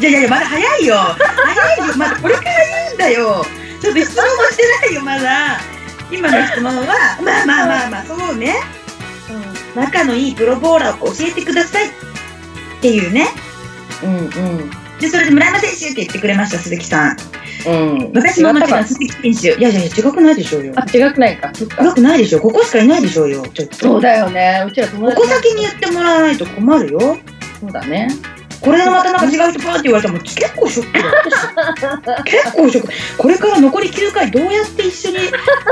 [SPEAKER 2] いやいや、まだ早いよ。早いよ。まだこれから言うんだよ。ちょっと質問もしてないよ、まだ。今の質問は、まあまあまあまあ、そうね。仲のいいプロボーラーを教えてください。っていうね。
[SPEAKER 1] うんうん
[SPEAKER 2] で、それで村山選手って言ってくれました、鈴木さん。
[SPEAKER 1] うん。
[SPEAKER 2] 私の
[SPEAKER 1] 違っ
[SPEAKER 2] 町
[SPEAKER 1] た
[SPEAKER 2] が
[SPEAKER 1] か
[SPEAKER 2] 鈴木選手。いやいやいや、違くないでしょうよ。
[SPEAKER 1] あ、違くないか。そっ
[SPEAKER 2] 違
[SPEAKER 1] か。
[SPEAKER 2] くないでしょう。ここしかいないでしょうよ。ちょっと。
[SPEAKER 1] そうだよね。うちら友
[SPEAKER 2] こ
[SPEAKER 1] 達
[SPEAKER 2] こ先に言ってもらわないと困るよ。
[SPEAKER 1] そうだね。
[SPEAKER 2] これでまたなんか違う人パーって言われたらもう結構ショックだよ。結構ショック。これから残り9回どうやって一緒に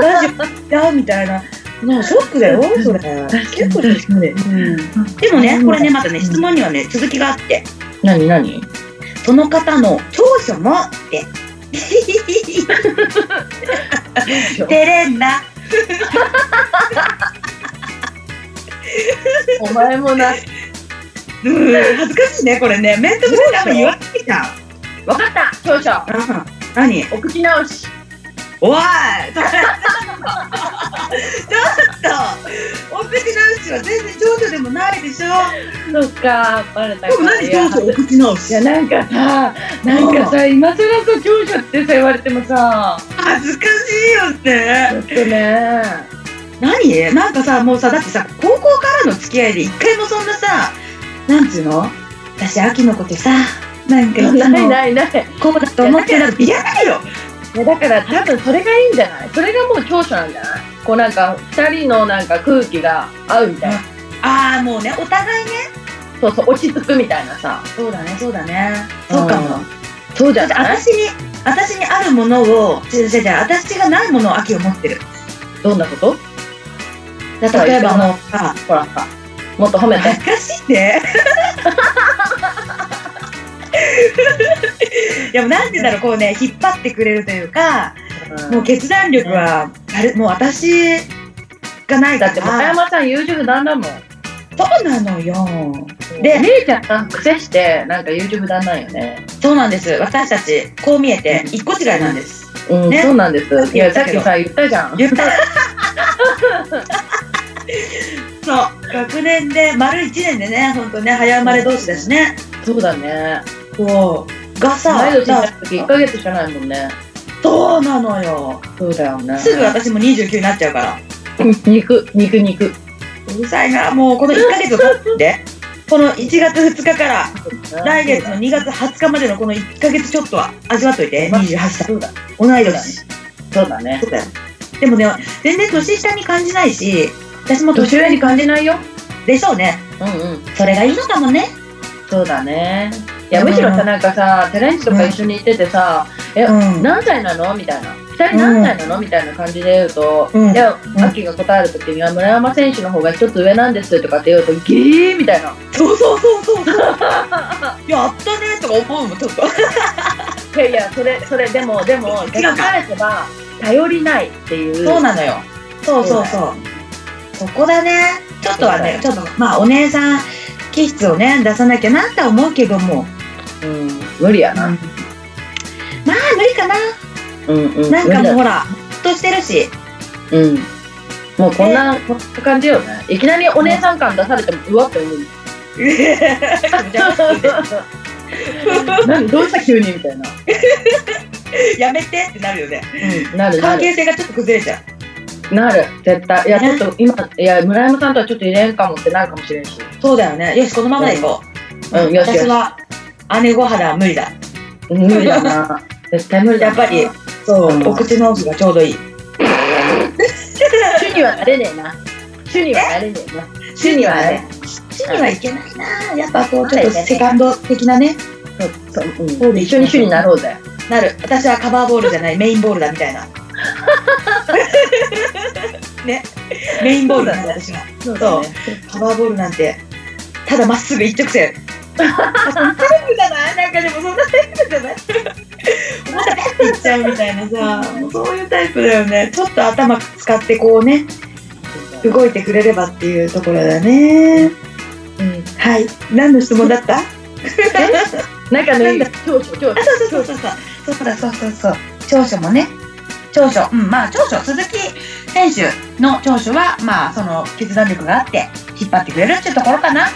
[SPEAKER 2] ラジオやみたいな。なショックだよ、それ。結構ショックで。
[SPEAKER 1] うん。
[SPEAKER 2] でもね、これね、またね、質問にはね、続きがあって、
[SPEAKER 1] なになに
[SPEAKER 2] その方の長所もって。 照れんな。
[SPEAKER 1] お前もな。
[SPEAKER 2] うん、恥ずかしいね、これね。面とくさいってあんま言わないじゃん。
[SPEAKER 1] わかった長所
[SPEAKER 2] うん何
[SPEAKER 1] お口直し
[SPEAKER 2] おいそれちょっとお口直しは全然上手でもないでしょ
[SPEAKER 1] そっか、バレた
[SPEAKER 2] でも
[SPEAKER 1] か。
[SPEAKER 2] 何上手お口直し
[SPEAKER 1] いやなんかさ、なんかさ、今更さ、長所ってさ、言われてもさ、
[SPEAKER 2] 恥ずかしいよっ
[SPEAKER 1] ち
[SPEAKER 2] て
[SPEAKER 1] ょっとね、
[SPEAKER 2] 何なんかさもうさだってさ高校からの付き合いで一回もそんなさなんつうの私秋のことさなんかいつ
[SPEAKER 1] ない
[SPEAKER 2] も
[SPEAKER 1] ないない。
[SPEAKER 2] こうだと思ってるいやないよ
[SPEAKER 1] いやだから多分それがいいんじゃないそれがもう長所なんじゃないこうなんか2人のなんか空気が合うみたいな、
[SPEAKER 2] ああもうねお互いね
[SPEAKER 1] そうそう落ち着くみたいなさ
[SPEAKER 2] そうだねそうだねそうかも
[SPEAKER 1] んそうじゃない
[SPEAKER 2] 私に私にあるものを違う違う違う私がないものを秋を持ってる
[SPEAKER 1] どんなことから
[SPEAKER 2] 例えばもうさ
[SPEAKER 1] ほらさもっと褒めて
[SPEAKER 2] 恥ずかしい ねいやもうなんて言うんだろうこうね引っ張ってくれるというかもう決断力はあれもう私がないか
[SPEAKER 1] だ
[SPEAKER 2] ら
[SPEAKER 1] って村山さん優柔不断だもん
[SPEAKER 2] そうなのよ
[SPEAKER 1] で
[SPEAKER 2] で
[SPEAKER 1] 姉ちゃんさ癖してなんか優柔不断なんよね
[SPEAKER 2] そうなんです私たちこう見えて一個違いなんです
[SPEAKER 1] うん、
[SPEAKER 2] ね
[SPEAKER 1] そうなんですいやさ
[SPEAKER 2] だ
[SPEAKER 1] っ
[SPEAKER 2] けど
[SPEAKER 1] きさ言ったじゃん
[SPEAKER 2] 言った そう学年で丸1年でね本当ね早生まれ同士だしね
[SPEAKER 1] そうだね
[SPEAKER 2] そうがさ
[SPEAKER 1] 毎年
[SPEAKER 2] だ
[SPEAKER 1] の時1ヶ月しかないもんね
[SPEAKER 2] そうなのよ
[SPEAKER 1] そうだよね
[SPEAKER 2] すぐ私も29になっちゃうから
[SPEAKER 1] 肉肉肉
[SPEAKER 2] うるさいなもうこの1ヶ月を経ってこの1月2日から来月の2月20日までのこの1ヶ月ちょっとは味わっといて28歳
[SPEAKER 1] そうだ
[SPEAKER 2] 同い
[SPEAKER 1] そうだ
[SPEAKER 2] 年
[SPEAKER 1] そうだね
[SPEAKER 2] そうだよでもね全然年下に感じないし私も年
[SPEAKER 1] 年
[SPEAKER 2] 上
[SPEAKER 1] 上
[SPEAKER 2] に
[SPEAKER 1] に
[SPEAKER 2] 感
[SPEAKER 1] 感
[SPEAKER 2] じ
[SPEAKER 1] じないよ
[SPEAKER 2] でしょうね
[SPEAKER 1] うんうん
[SPEAKER 2] それがいいのかもね
[SPEAKER 1] そうだねいや
[SPEAKER 2] うん
[SPEAKER 1] むしろさなんかさテレンジとか一緒に行っててさ
[SPEAKER 2] うん
[SPEAKER 1] 何歳なのみたいな2人何歳なのみたいな感じで言うと
[SPEAKER 2] うん
[SPEAKER 1] いやアキが答える時には村山選手の方が一つ上なんですとかって言うとギーみたいな
[SPEAKER 2] そうそうそうそう そうやったねとか思うもんちょっと
[SPEAKER 1] いやいやそれそれでもでも
[SPEAKER 2] 違うか
[SPEAKER 1] 逆返せば頼りないっていう
[SPEAKER 2] そうなのよ。そうそうそう。そこだね。ちょっとはね、ちょっと、まあ、お姉さん気質をね、出さなきゃなとは思うけども。
[SPEAKER 1] うん無理やな
[SPEAKER 2] まあ、無理かな。
[SPEAKER 1] うんうん
[SPEAKER 2] なんか
[SPEAKER 1] 無理
[SPEAKER 2] もう
[SPEAKER 1] だ
[SPEAKER 2] ほら、ふっとしてるし。
[SPEAKER 1] うんもうこんなこんな感じよねいきなりお姉さん感出されてもうわって 思う何どうした急にみたいな。
[SPEAKER 2] やめてってなるよね。
[SPEAKER 1] なるな
[SPEAKER 2] 関
[SPEAKER 1] る。
[SPEAKER 2] 係性がちょっと崩れちゃう。
[SPEAKER 1] なる。絶対。いや、
[SPEAKER 2] ね
[SPEAKER 1] ちょっと今、いや、村山さんとはちょっと入れんかもってなるかもしれんし。
[SPEAKER 2] そうだよね。よし、このままでいこう。
[SPEAKER 1] うんうんよしよし
[SPEAKER 2] 私は、姉御原は無理だ。
[SPEAKER 1] 無理だな。 絶対無理だ。
[SPEAKER 2] やっぱり、
[SPEAKER 1] そう
[SPEAKER 2] お口の奥がちょうどいい。
[SPEAKER 1] 主にはなれねえな。主にはなれねえな。
[SPEAKER 2] 主にはね、主にはいけないな。やっぱこう、ちょっとセカンド的なね、
[SPEAKER 1] そうそう、うん、
[SPEAKER 2] そうで
[SPEAKER 1] 一緒に主になろうぜ。
[SPEAKER 2] なる。私はカバーボールじゃない、メインボールだみたいな。ね、メインボールなんだ、私は。
[SPEAKER 1] そう
[SPEAKER 2] だねカバーボールなんて、ただまっすぐ一直線。あタイプじゃないなんかでもそんなタイプじゃないまたペッていっちゃうみたいなさ、もうそういうタイプだよね。ちょっと頭使ってこうね、動いてくれればっていうところだね。
[SPEAKER 1] うん、
[SPEAKER 2] はい。何の質問だったあ、
[SPEAKER 1] 仲のいい
[SPEAKER 2] な
[SPEAKER 1] 長所長所
[SPEAKER 2] そうそうそうそう。そうだ、そうそうそう。長所もね。長所。うん、まあ長所。鈴木選手の長所は、まあその決断力があって、引っ張ってくれるっていうところかな。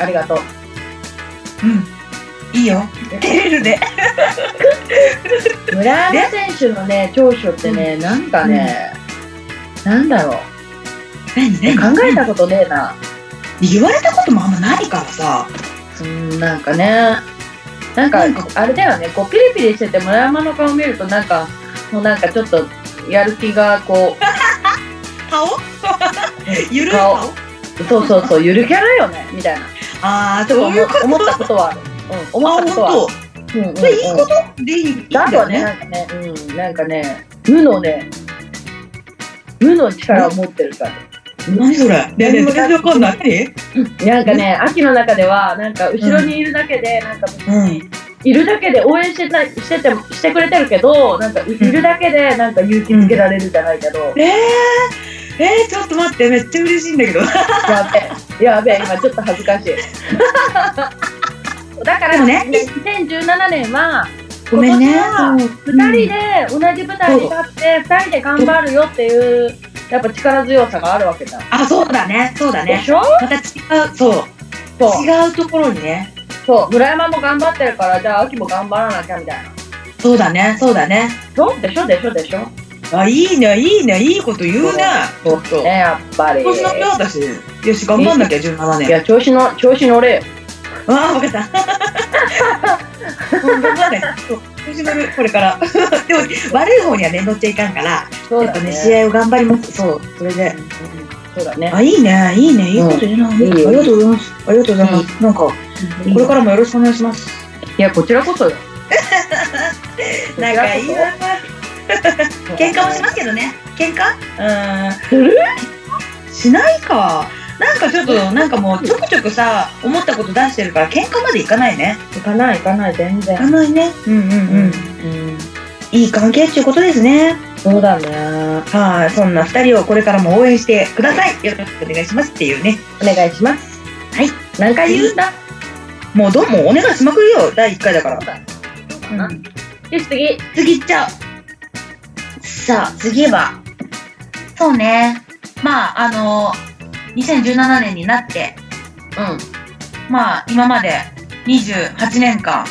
[SPEAKER 1] ありがとう
[SPEAKER 2] うん。いいよ。照れるね。
[SPEAKER 1] 村山選手のね長所ってね、なんかね、なんだろう
[SPEAKER 2] 何
[SPEAKER 1] 考えたことねえな、
[SPEAKER 2] 言われたこともあんまないからさ。
[SPEAKER 1] うん、なんかねなんか
[SPEAKER 2] なんか
[SPEAKER 1] あれだよねこうピリピリしてて村山の顔見るとなんかもうなんかちょっとやる気がこ
[SPEAKER 2] 顔ゆるい
[SPEAKER 1] 顔
[SPEAKER 2] 顔
[SPEAKER 1] うそうそうそうゆるキャラよねみたいな
[SPEAKER 2] ああ、そう
[SPEAKER 1] 思
[SPEAKER 2] いうこと。
[SPEAKER 1] 思ったことはある、うん、思ったことはある
[SPEAKER 2] あ、本
[SPEAKER 1] うんうんうん
[SPEAKER 2] 当。それいいことでいいいいん
[SPEAKER 1] だ
[SPEAKER 2] だ
[SPEAKER 1] よ
[SPEAKER 2] よ
[SPEAKER 1] ね、
[SPEAKER 2] ね。
[SPEAKER 1] なんかね、うん、なんかね、無のね、無の力を持ってるから。
[SPEAKER 2] 何それ。
[SPEAKER 1] ねえねえ全然わかんない
[SPEAKER 2] 何
[SPEAKER 1] なんかね、秋の中では、なんか後ろにいるだけで、なんか
[SPEAKER 2] うん。
[SPEAKER 1] いるだけで応援してたしててもしてくれてるけど、なんかいるだけでなんか勇気づけられるじゃないけど、
[SPEAKER 2] えー、えー、ちょっと待って、めっちゃ嬉しいんだけど。
[SPEAKER 1] やべえ、やべえ、今ちょっと恥ずかし い。だからね、
[SPEAKER 2] で
[SPEAKER 1] 2017年は、
[SPEAKER 2] ごめんね
[SPEAKER 1] 今年は
[SPEAKER 2] うん
[SPEAKER 1] 二人で同じ舞台に立って、二人で頑張るよっていう、やっぱ力強さがあるわけだ。
[SPEAKER 2] あ、そうだね、そうだ
[SPEAKER 1] で
[SPEAKER 2] ね。
[SPEAKER 1] しょ
[SPEAKER 2] また違う、そう。
[SPEAKER 1] そう。
[SPEAKER 2] 違うところにね。
[SPEAKER 1] そう。村山も頑張ってるから、じゃあ秋も頑張らなきゃみたいな。
[SPEAKER 2] そうだね、そうだね。
[SPEAKER 1] そうでしょでしょでしょ
[SPEAKER 2] あ、いいね、いいね、いいこと言うね。ちょっと
[SPEAKER 1] ね、やっぱり。
[SPEAKER 2] 今年の今日だし、よし、頑張んなきゃ、17
[SPEAKER 1] い
[SPEAKER 2] 年。
[SPEAKER 1] や、調子の、調子乗れよ。
[SPEAKER 2] ああ、分かった。 頑張れ。そう調子乗る、これから。 でも、悪い方にはね、乗っちゃいかんから、
[SPEAKER 1] そう
[SPEAKER 2] やっ
[SPEAKER 1] だ
[SPEAKER 2] ぱね、
[SPEAKER 1] ね。
[SPEAKER 2] 試合を頑張ります。そう、それで。
[SPEAKER 1] そうだね。
[SPEAKER 2] あ、いいね、いいね、いいこと言うな。あ
[SPEAKER 1] いい
[SPEAKER 2] り
[SPEAKER 1] よ
[SPEAKER 2] がとうございます。ありがとうございます。なんか、こ
[SPEAKER 1] こ
[SPEAKER 2] れ
[SPEAKER 1] れ
[SPEAKER 2] か
[SPEAKER 1] から
[SPEAKER 2] もよろしくお願いします。
[SPEAKER 1] ら、いや、こちらこ そよ。
[SPEAKER 2] 仲いいな。喧嘩もしますけどね。喧嘩う
[SPEAKER 1] する
[SPEAKER 2] ん。しないか。なんかちょっと、なんかもう、ちょくちょくさ、思ったこと出してるから、喧嘩までいかないね。
[SPEAKER 1] 行かない行かない全
[SPEAKER 2] いか
[SPEAKER 1] 然
[SPEAKER 2] ないね。うんうん
[SPEAKER 1] うん、
[SPEAKER 2] うん。いい関係っていうことですね。
[SPEAKER 1] そうだね
[SPEAKER 2] はい、そんな二人をこれからも応援してください。よろしくお願いしますっていうね。
[SPEAKER 1] お願いしますはい何回言うんだ
[SPEAKER 2] もうどうもお願いしまくるよ。第一回だから。
[SPEAKER 1] うんよし次
[SPEAKER 2] 次行っちゃう。さあ、次は。そうね。まあ、あの、2017年になって、まあ、今まで28年間、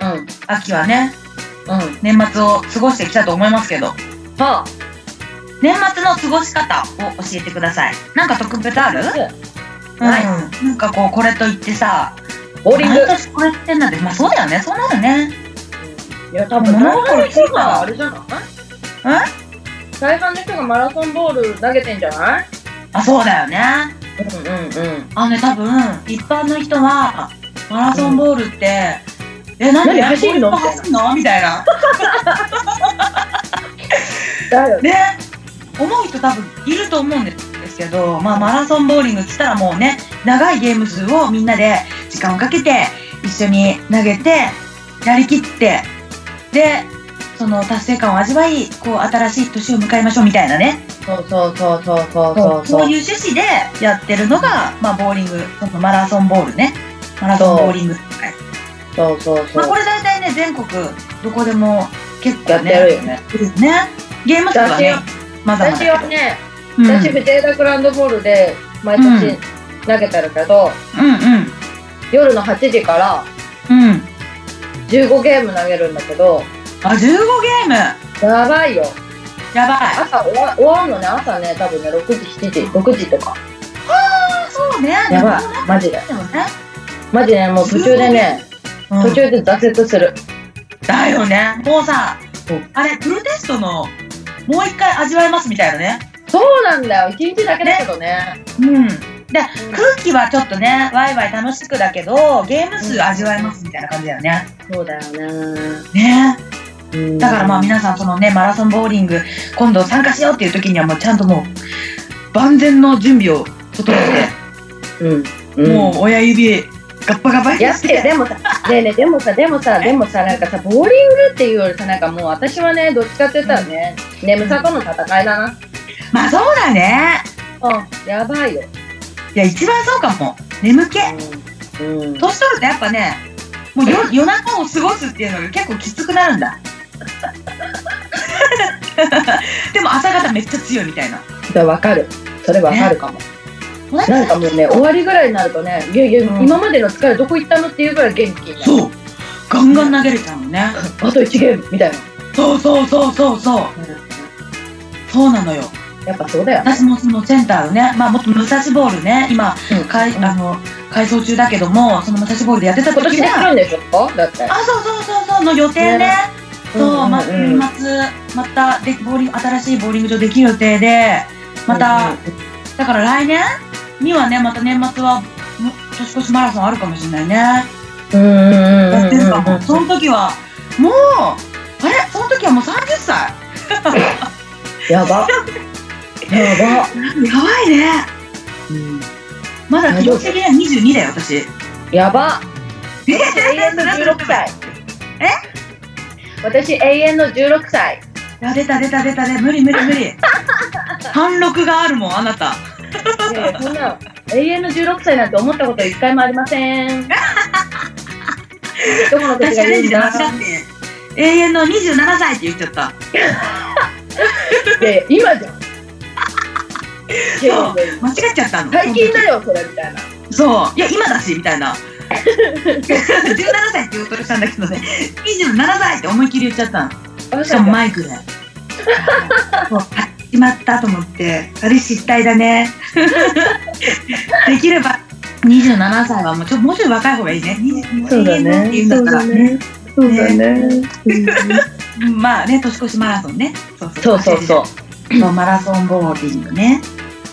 [SPEAKER 1] うんうん
[SPEAKER 2] 秋はね、
[SPEAKER 1] うん
[SPEAKER 2] 年末を過ごしてきたと思いますけど、
[SPEAKER 1] はあ
[SPEAKER 2] 年末の過ごし方を教えてください。なんか特別ある
[SPEAKER 1] ない
[SPEAKER 2] うん。なんかこう、これと言ってさ、
[SPEAKER 1] ボーリング
[SPEAKER 2] 毎年これってんだで、まあそうだよね、そうなるね。
[SPEAKER 1] いや多分
[SPEAKER 2] 物
[SPEAKER 1] 大半
[SPEAKER 2] 心
[SPEAKER 1] の
[SPEAKER 2] つい
[SPEAKER 1] 人
[SPEAKER 2] たら
[SPEAKER 1] があれじゃない大半の人がマラソンボール投げてんじゃない
[SPEAKER 2] あ、そうだよね。
[SPEAKER 1] うんうんうん
[SPEAKER 2] あのね、多分、一般の人は、マラソンボールって、え、なん
[SPEAKER 1] 何
[SPEAKER 2] で
[SPEAKER 1] 走るの
[SPEAKER 2] これ走るのみたいな。
[SPEAKER 1] だよね
[SPEAKER 2] ね、思う人多分いると思うんですけど、まあマラソンボーリングって言ったらもうね、長いゲーム数をみんなで時間をかけて、一緒に投げて、やりきって、で、その達成感を味わい、こう新しい年を迎えましょうみたいなね。
[SPEAKER 1] そうそうそうそうそう
[SPEAKER 2] そう
[SPEAKER 1] そうそう
[SPEAKER 2] いう趣旨でやってるのが、まあ、ボーリング、そのマラソンボールね。マラソンボーリング。はい
[SPEAKER 1] そうそう
[SPEAKER 2] まあ、
[SPEAKER 1] そ
[SPEAKER 2] こ
[SPEAKER 1] う
[SPEAKER 2] れ大体ね、全国、どこでも結構
[SPEAKER 1] やっ
[SPEAKER 2] ね、
[SPEAKER 1] てるよね
[SPEAKER 2] ね。ゲーム数はね
[SPEAKER 1] 私は、
[SPEAKER 2] まだまだ
[SPEAKER 1] 私
[SPEAKER 2] けど。
[SPEAKER 1] はね
[SPEAKER 2] うん、うん
[SPEAKER 1] 私藤枝グランドボールで毎年投げてるけど夜の8時から
[SPEAKER 2] うん。うん。
[SPEAKER 1] 15ゲーム投げるんだけど
[SPEAKER 2] あ、15ゲーム
[SPEAKER 1] やばいよ
[SPEAKER 2] やばい。
[SPEAKER 1] 朝終わ終わるのね朝ね多分ね6時7時6時とか
[SPEAKER 2] あ、そうそうね。
[SPEAKER 1] やばいマジで
[SPEAKER 2] でもね。
[SPEAKER 1] マジねもう途中でね途中で挫折する
[SPEAKER 2] だよね。もうさ
[SPEAKER 1] うん、
[SPEAKER 2] あれ、プロテストの、もう一回味わえますみたいなね。
[SPEAKER 1] そうなんだよ一日だけだけどね
[SPEAKER 2] うん。で、空気はちょっとね、ワイワイ楽しくだけど、ゲーム数味わえますみたいな感じだよね。
[SPEAKER 1] そうだよね
[SPEAKER 2] ね。
[SPEAKER 1] うん
[SPEAKER 2] だからまあ皆さん、そのね、マラソンボーリング、今度参加しようっていう時にはもうちゃんともう、万全の準備を整え
[SPEAKER 1] うん
[SPEAKER 2] て、
[SPEAKER 1] うん
[SPEAKER 2] もう親指、ガッパガバに
[SPEAKER 1] いやっ
[SPEAKER 2] してて。
[SPEAKER 1] でもさ、ねえねえでもさ、でもさ、でもさ、なんかさ、ボーリングっていうよりさ、なんかもう私はね、どっちかって言ったらね、眠さとの戦いだな。
[SPEAKER 2] まあそうだね。
[SPEAKER 1] うん、やばいよ。
[SPEAKER 2] いや、一番そうかも。眠気。
[SPEAKER 1] うん。うん、
[SPEAKER 2] 年取るとやっぱね、もう夜夜中を過ごすっていうのが結構きつくなるんだ。 でも朝方めっちゃ強いみたいな。
[SPEAKER 1] だわかる。それわかるかも。なんかもうね、終わりぐらいになるとね、いやいや、
[SPEAKER 2] うん
[SPEAKER 1] 今までの疲れどこ行ったのっていうぐらい元気になる。
[SPEAKER 2] そう。ガンガン投げれちゃうのね。
[SPEAKER 1] あと1ゲームみたいな。
[SPEAKER 2] そうそうそうそうそう。そうなのよ。
[SPEAKER 1] やっぱそうだよね。
[SPEAKER 2] 私もそのセンターのね、まあもっと武蔵ボールね、今、かい
[SPEAKER 1] うん
[SPEAKER 2] あの、改装中だけども、その武蔵ボールでやってた
[SPEAKER 1] 今年
[SPEAKER 2] 時
[SPEAKER 1] でき
[SPEAKER 2] は、
[SPEAKER 1] るんでしょだって。
[SPEAKER 2] あ、そうそうそうそう、の予定ね
[SPEAKER 1] ね。
[SPEAKER 2] そう、ま、
[SPEAKER 1] んん
[SPEAKER 2] 年末、またでボーリング、新しいボーリング場できる予定で、また、だから来年にはね、また年末は、む年越しマラソンあるかもしれないね。
[SPEAKER 1] うんうんうん。
[SPEAKER 2] やってるかも。そ
[SPEAKER 1] うん
[SPEAKER 2] の時は、もう、あれその時はもう30歳。
[SPEAKER 1] やば。やば。
[SPEAKER 2] やばいね。
[SPEAKER 1] うん
[SPEAKER 2] まだ気持ち的には22だよ、私。
[SPEAKER 1] やば。
[SPEAKER 2] え
[SPEAKER 1] 私永遠の16歳。
[SPEAKER 2] え
[SPEAKER 1] 私永遠の16歳。
[SPEAKER 2] あ、出た出た出た出た。無理無理無理。 貫禄があるもん、あなた。
[SPEAKER 1] いやいやそんな永遠の16歳なんて思ったこと一回もありません。どこの時
[SPEAKER 2] 私
[SPEAKER 1] が
[SPEAKER 2] が
[SPEAKER 1] 言
[SPEAKER 2] レ
[SPEAKER 1] うん
[SPEAKER 2] ジで間
[SPEAKER 1] だ
[SPEAKER 2] 違って、永遠の27歳って言っちゃった。
[SPEAKER 1] って今じゃん。いやいやいや
[SPEAKER 2] 間違っちゃったの。
[SPEAKER 1] 最近だよそれみたいな。
[SPEAKER 2] そう、いや、今だし、みたいな。17歳って言おうとしたんだけどね、27歳って思いっきり言っちゃったの。しかもマイ クで。そうあ決まったと思って、あれ失態だね。できれば、27歳はもうちょもうちょい若い方がいいね。20
[SPEAKER 1] そうだ
[SPEAKER 2] 20
[SPEAKER 1] ね
[SPEAKER 2] って言うんだったら、ね。
[SPEAKER 1] そう
[SPEAKER 2] だ
[SPEAKER 1] ね。
[SPEAKER 2] うんまあね、年越しマラソンね。そう
[SPEAKER 1] そうそうそう。
[SPEAKER 2] う。そうマラソンボーリングね。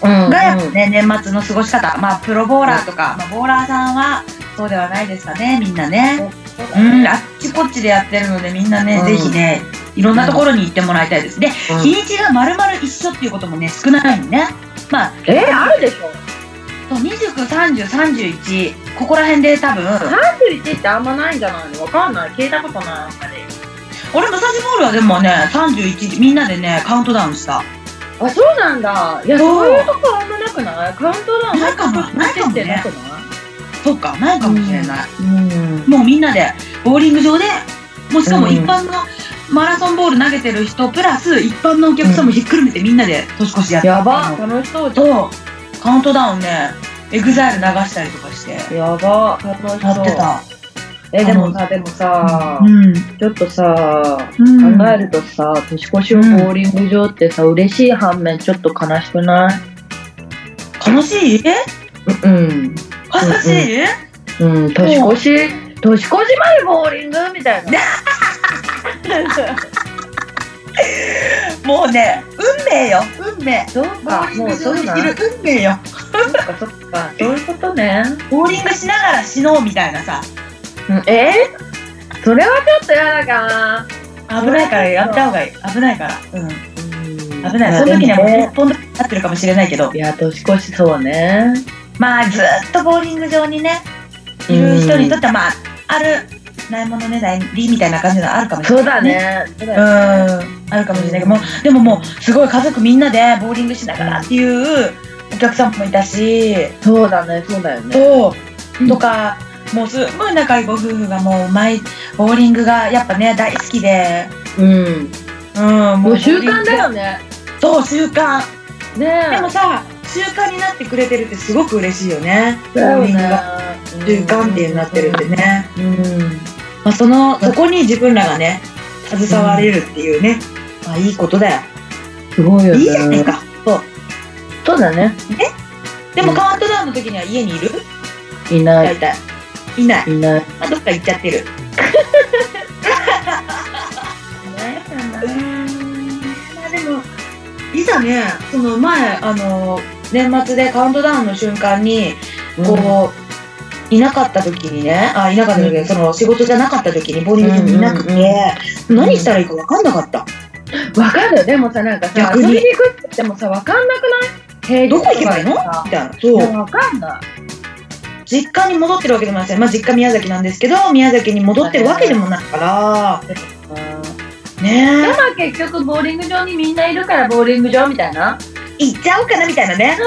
[SPEAKER 1] うん
[SPEAKER 2] がやっぱね、年末の過ごし方、まあ、プロボーラーとか、まあ、ボーラーさんはそうではないですかね、みんなね。うん、あっちこっちでやってるので、みんなね、
[SPEAKER 1] うん
[SPEAKER 2] ぜひね、いろんなところに行ってもらいたいです。で、日にちがまるまる一緒っていうこともね、少ないのね。まあ、
[SPEAKER 1] えあるでしょ。
[SPEAKER 2] そう29、30、31、ここら辺で多分、
[SPEAKER 1] 31ってあんまないんじゃないの。わかんない。聞いたことないあんまり。
[SPEAKER 2] 俺、武蔵ボールはでもね、31、みんなでね、カウントダウンした。
[SPEAKER 1] あ、そうなんだ。いや、
[SPEAKER 2] そう
[SPEAKER 1] そういうとこあんまなくないカウントダウン
[SPEAKER 2] ないかもないかもね
[SPEAKER 1] なく
[SPEAKER 2] そっか、ないかもしれない。
[SPEAKER 1] ないうん。
[SPEAKER 2] もうみんなで、ボーリング場で、もうしかも
[SPEAKER 1] うん
[SPEAKER 2] 一般のマラソンボール投げてる人、プラス一般のお客さんもひっくるめてみんなで年越しやってた
[SPEAKER 1] やば。楽しそうじ
[SPEAKER 2] と、カウントダウンね、エグザイル流したりとかして、や
[SPEAKER 1] ゃん。やば。楽しそう。
[SPEAKER 2] って。た。
[SPEAKER 1] え、でもさ、でもさ、
[SPEAKER 2] うん。
[SPEAKER 1] ちょっとさ、
[SPEAKER 2] うん
[SPEAKER 1] 考えるとさ、年越しをボーリング場ってさ、嬉しい反面、ちょっと悲しくない
[SPEAKER 2] 悲しい悲
[SPEAKER 1] うん。
[SPEAKER 2] しい、
[SPEAKER 1] うん、年越し、年越し前ボーリングみたいな。
[SPEAKER 2] もうね、運命よ、運命。
[SPEAKER 1] そう
[SPEAKER 2] ボー
[SPEAKER 1] か、
[SPEAKER 2] リン
[SPEAKER 1] もう
[SPEAKER 2] グ場
[SPEAKER 1] そ
[SPEAKER 2] で
[SPEAKER 1] うな
[SPEAKER 2] 知
[SPEAKER 1] ん。そ
[SPEAKER 2] る運命よ。
[SPEAKER 1] っか、そっか、そういうことね。
[SPEAKER 2] ボーリングしながら死のうみたいなさ、
[SPEAKER 1] うんえーそれはちょっと嫌だかな。
[SPEAKER 2] 危ないからやった方がいい。危ないから。うん。危ない。
[SPEAKER 1] や
[SPEAKER 2] その時にはもう一
[SPEAKER 1] でもね
[SPEAKER 2] 本だけなってるかもしれないけど。
[SPEAKER 1] いや、年越しそうね。
[SPEAKER 2] まあずっとボーリング場にねいる人にとってはまああるないものねだりみたいな感じのあるかもしれ
[SPEAKER 1] そう
[SPEAKER 2] な
[SPEAKER 1] だ
[SPEAKER 2] い、
[SPEAKER 1] ね。
[SPEAKER 2] うんあるかもしれないけどもうでももうすごい家族みんなでボーリングしながらっていうお客さんもいたし
[SPEAKER 1] そうだね、そうだよね。
[SPEAKER 2] と
[SPEAKER 1] うん
[SPEAKER 2] とかもうすごい仲いいご夫婦がもう毎ボーリングがやっぱね大好きで
[SPEAKER 1] うん。
[SPEAKER 2] うんボ
[SPEAKER 1] もう
[SPEAKER 2] ーリ
[SPEAKER 1] 習
[SPEAKER 2] ング
[SPEAKER 1] 慣だよね。
[SPEAKER 2] そう習慣
[SPEAKER 1] ねえ。
[SPEAKER 2] でもさ習慣になってくれてるってすごく嬉しいよねボ
[SPEAKER 1] だ
[SPEAKER 2] ー
[SPEAKER 1] よ
[SPEAKER 2] リングが
[SPEAKER 1] ね、
[SPEAKER 2] 習慣っていうなってるんでね、
[SPEAKER 1] うん。
[SPEAKER 2] まあ、そのそこに自分らがね携われるっていうね、まあいいことだよ
[SPEAKER 1] すごいよね。
[SPEAKER 2] いいじゃないかそう
[SPEAKER 1] そうだね。
[SPEAKER 2] ねでもカウントダウンの時には家にいる
[SPEAKER 1] いな
[SPEAKER 2] 大
[SPEAKER 1] い、
[SPEAKER 2] 体。いない。
[SPEAKER 1] いない。
[SPEAKER 2] まあ、どっか行っちゃってる。まあでも、いざね、その前、あの、年末でカウントダウンの瞬間に、こう、いなかった時にね、あ、いなかった時に、
[SPEAKER 1] うん
[SPEAKER 2] その仕事じゃなかった時にボウリングにいなくて、
[SPEAKER 1] うんうんうん
[SPEAKER 2] 何したらいいか分かんなかった。
[SPEAKER 1] わかるでもさなんかさ
[SPEAKER 2] 逆に
[SPEAKER 1] 遊びに行くって言ってもさわかんなくない
[SPEAKER 2] どこ行けばいいのみ
[SPEAKER 1] さ
[SPEAKER 2] たいな。そう。
[SPEAKER 1] わかんない
[SPEAKER 2] 実家に戻ってるわけでもないですねまあ実家宮崎なんですけど宮崎に戻ってるわけでもないから
[SPEAKER 1] で
[SPEAKER 2] ね
[SPEAKER 1] も結局ボーリング場にみんないるからボーリング場みた いな
[SPEAKER 2] え行っちゃおうかなみたいなね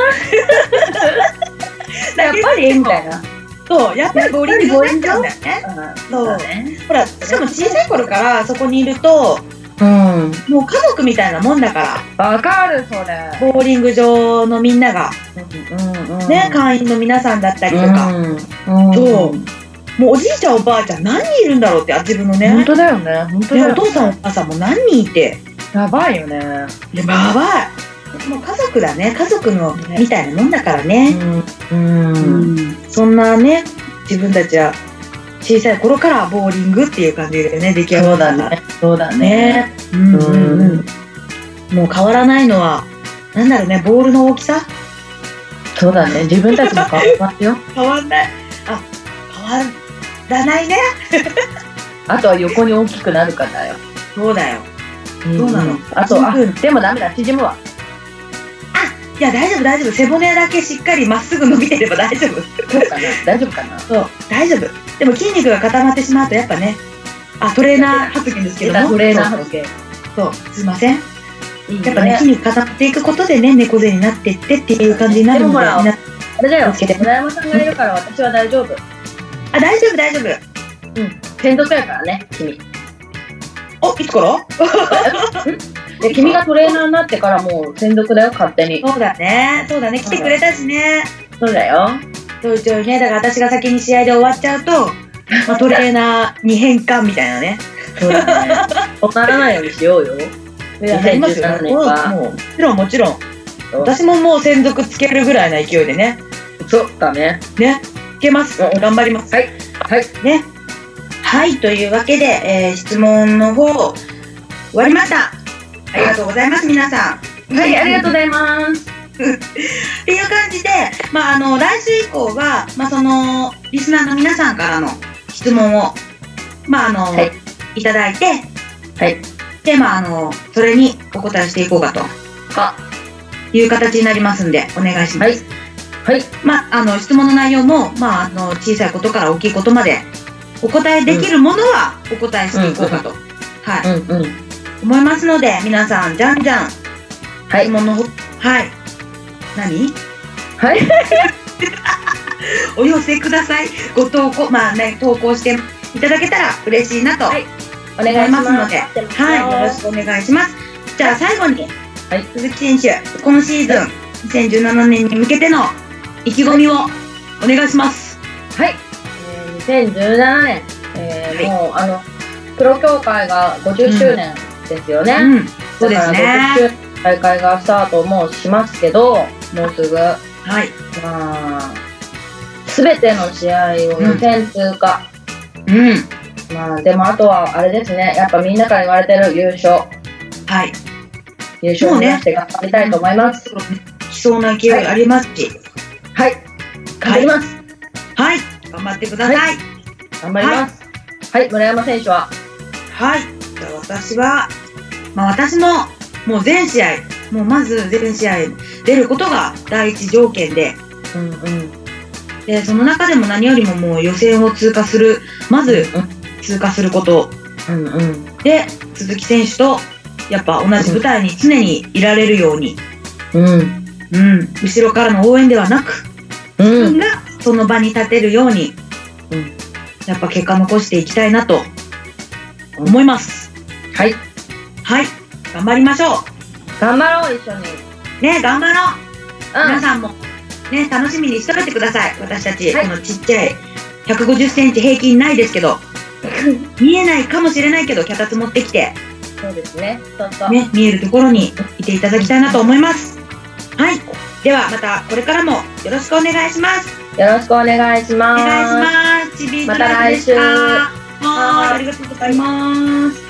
[SPEAKER 1] やっぱりみたいな
[SPEAKER 2] そうやっぱりボウリングになっちゃうんだよね
[SPEAKER 1] そ
[SPEAKER 2] そう
[SPEAKER 1] うね
[SPEAKER 2] ほらしかも小さい頃からそこにいると
[SPEAKER 1] うん
[SPEAKER 2] もう家族みたいなもんだか
[SPEAKER 1] わかるそれ
[SPEAKER 2] らボウリング場のみんなが
[SPEAKER 1] うんうん
[SPEAKER 2] ね会員の皆さんだったりとか、
[SPEAKER 1] うん
[SPEAKER 2] そう
[SPEAKER 1] うん
[SPEAKER 2] もうおじいちゃんおばあちゃん何人いるんだろうってあ自分の
[SPEAKER 1] 本
[SPEAKER 2] ね
[SPEAKER 1] 当だよね本当だ
[SPEAKER 2] ね
[SPEAKER 1] よ
[SPEAKER 2] お父さんお母さんも何人いて
[SPEAKER 1] やばいよね
[SPEAKER 2] やばいもう家族だね家族のみたいなもんだからね、
[SPEAKER 1] うんうん
[SPEAKER 2] そんなね自分たちは小さい頃からボーリングっていう感じでね出来上がったんだ
[SPEAKER 1] そうだね
[SPEAKER 2] ねうんうんうんもう変わらないのはなんだろうねボールの大きさ
[SPEAKER 1] そうだね自分たちも変わりますよ
[SPEAKER 2] 変わんないあ変わらないね
[SPEAKER 1] あとは横に大きくなるからだよ
[SPEAKER 2] そうだよそうなの
[SPEAKER 1] んあとあ
[SPEAKER 2] うん
[SPEAKER 1] でもダメだ縮むわ
[SPEAKER 2] いや大丈夫大丈夫背骨だけしっかりまっすぐ伸びてれば大丈夫
[SPEAKER 1] そうかな大丈夫かな
[SPEAKER 2] そう大丈夫でも筋肉が固まってしまうとやっぱねあトレーナー発言ですけ
[SPEAKER 1] 出
[SPEAKER 2] ど
[SPEAKER 1] た
[SPEAKER 2] も
[SPEAKER 1] トレーナー発見
[SPEAKER 2] そうすいません
[SPEAKER 1] いい
[SPEAKER 2] やっぱね、筋肉固まっていくことでね、猫背になってってっていう感じになるので、
[SPEAKER 1] でもほら
[SPEAKER 2] みんな
[SPEAKER 1] あれだよ
[SPEAKER 2] 気をつけて
[SPEAKER 1] 村山さんがいるから私は大丈夫
[SPEAKER 2] あ、大丈夫、大丈夫。
[SPEAKER 1] 専属やからね君
[SPEAKER 2] お、いつから
[SPEAKER 1] で君がトレーナーになってからもう専属だよ勝手に
[SPEAKER 2] そうだね、そうだね、来てくれたしね。
[SPEAKER 1] そうだよ
[SPEAKER 2] ちょいちょいね、だから私が先に試合で終わっちゃう と、まあ、トレーナーに変換みたいなね。
[SPEAKER 1] そうだねそうならないようにしようよ
[SPEAKER 2] やりますよ
[SPEAKER 1] 2017。年は
[SPEAKER 2] もうもちろん、もちろん。私ももう専属つけるぐらいな勢いでね。
[SPEAKER 1] そうだね
[SPEAKER 2] ね、つけます。
[SPEAKER 1] うん
[SPEAKER 2] 頑張ります。
[SPEAKER 1] はいはい
[SPEAKER 2] ね。はい、というわけで、えー質問の方、終わりました。ありがとうございます、皆さん。
[SPEAKER 1] はいありがとうご
[SPEAKER 2] ざい
[SPEAKER 1] ざいます
[SPEAKER 2] ます。っていう感じで、まあ、あの、来週以降は、まあ、その、リスナーの皆さんからの質問を、まあ、あの、
[SPEAKER 1] はい
[SPEAKER 2] い、ただいて、
[SPEAKER 1] はい
[SPEAKER 2] で、まあ、あの、それにお答えしていこうかと
[SPEAKER 1] あ
[SPEAKER 2] いう形になりますんで、お願いします。
[SPEAKER 1] はいはい
[SPEAKER 2] まあ、あの質問の内容も、まあ、あの小さいことから大きいことまでお答えできるものはお答えしていこうかと、はい
[SPEAKER 1] うんうん
[SPEAKER 2] 思いますので皆さんじゃんじゃん
[SPEAKER 1] は
[SPEAKER 2] 質
[SPEAKER 1] い
[SPEAKER 2] 問のほはい何
[SPEAKER 1] はい
[SPEAKER 2] お寄せくださいご投稿まあね投稿していただけたら嬉しいなと
[SPEAKER 1] はいお
[SPEAKER 2] 思
[SPEAKER 1] 願
[SPEAKER 2] い
[SPEAKER 1] いし
[SPEAKER 2] ま
[SPEAKER 1] ま
[SPEAKER 2] の
[SPEAKER 1] すす
[SPEAKER 2] で、はい、よろしくお願いしますじゃあ最後に、
[SPEAKER 1] はい
[SPEAKER 2] 鈴木選手今シーズン2017年に向けての意気込みをお願いします
[SPEAKER 1] はい、えー2017年、えーもうあのプロ協会が50周年ですよね、
[SPEAKER 2] うんそうです
[SPEAKER 1] だから
[SPEAKER 2] ね
[SPEAKER 1] 50周年大会がスタートもうしますけどもうすぐま
[SPEAKER 2] はい
[SPEAKER 1] あ全ての試合を予選通過、
[SPEAKER 2] うん
[SPEAKER 1] まあでもあとはあれですねやっぱみんなから言われてる優勝
[SPEAKER 2] はい。
[SPEAKER 1] 優勝を目指して頑張りたいと思います、
[SPEAKER 2] 来そうな勢いありますし。
[SPEAKER 1] はい頑張ります、
[SPEAKER 2] はい。頑張ってください。はい。
[SPEAKER 1] 頑張りますはい、村山選手は
[SPEAKER 2] じゃあ私は、まあ私も、もう全試合、もうまず全試合出ることが第一条件で、
[SPEAKER 1] うんうん
[SPEAKER 2] で、その中でも何よりももう予選を通過する、まず通過すること
[SPEAKER 1] うんうん
[SPEAKER 2] で、鈴木選手と、やっぱ同じ舞台に常にいられるように、
[SPEAKER 1] うん
[SPEAKER 2] うん、後ろからの応援ではなく、
[SPEAKER 1] う
[SPEAKER 2] 自
[SPEAKER 1] ん
[SPEAKER 2] 分がその場に立てるように、
[SPEAKER 1] うん
[SPEAKER 2] やっぱ結果残していきたいなと思います。
[SPEAKER 1] はい
[SPEAKER 2] はい、頑張りましょ
[SPEAKER 1] 頑張ろう一緒に
[SPEAKER 2] う。ね、頑張ろう。
[SPEAKER 1] うん
[SPEAKER 2] 皆さんもね、楽しみにしといてください。私たち、
[SPEAKER 1] はい
[SPEAKER 2] このちっちゃい150センチ平均ないですけ ど、見えないかもしれないけど、脚立持ってきて、
[SPEAKER 1] そうですね。そうそう。
[SPEAKER 2] ね、見えるところにいていただきたいなと思います。はい、ではまたこれからもよろしくお願いします。
[SPEAKER 1] よろしくお願いし
[SPEAKER 2] お
[SPEAKER 1] ます。
[SPEAKER 2] 願いします。ちびーずらいでした。
[SPEAKER 1] また来週
[SPEAKER 2] はーい、ありがとうございます。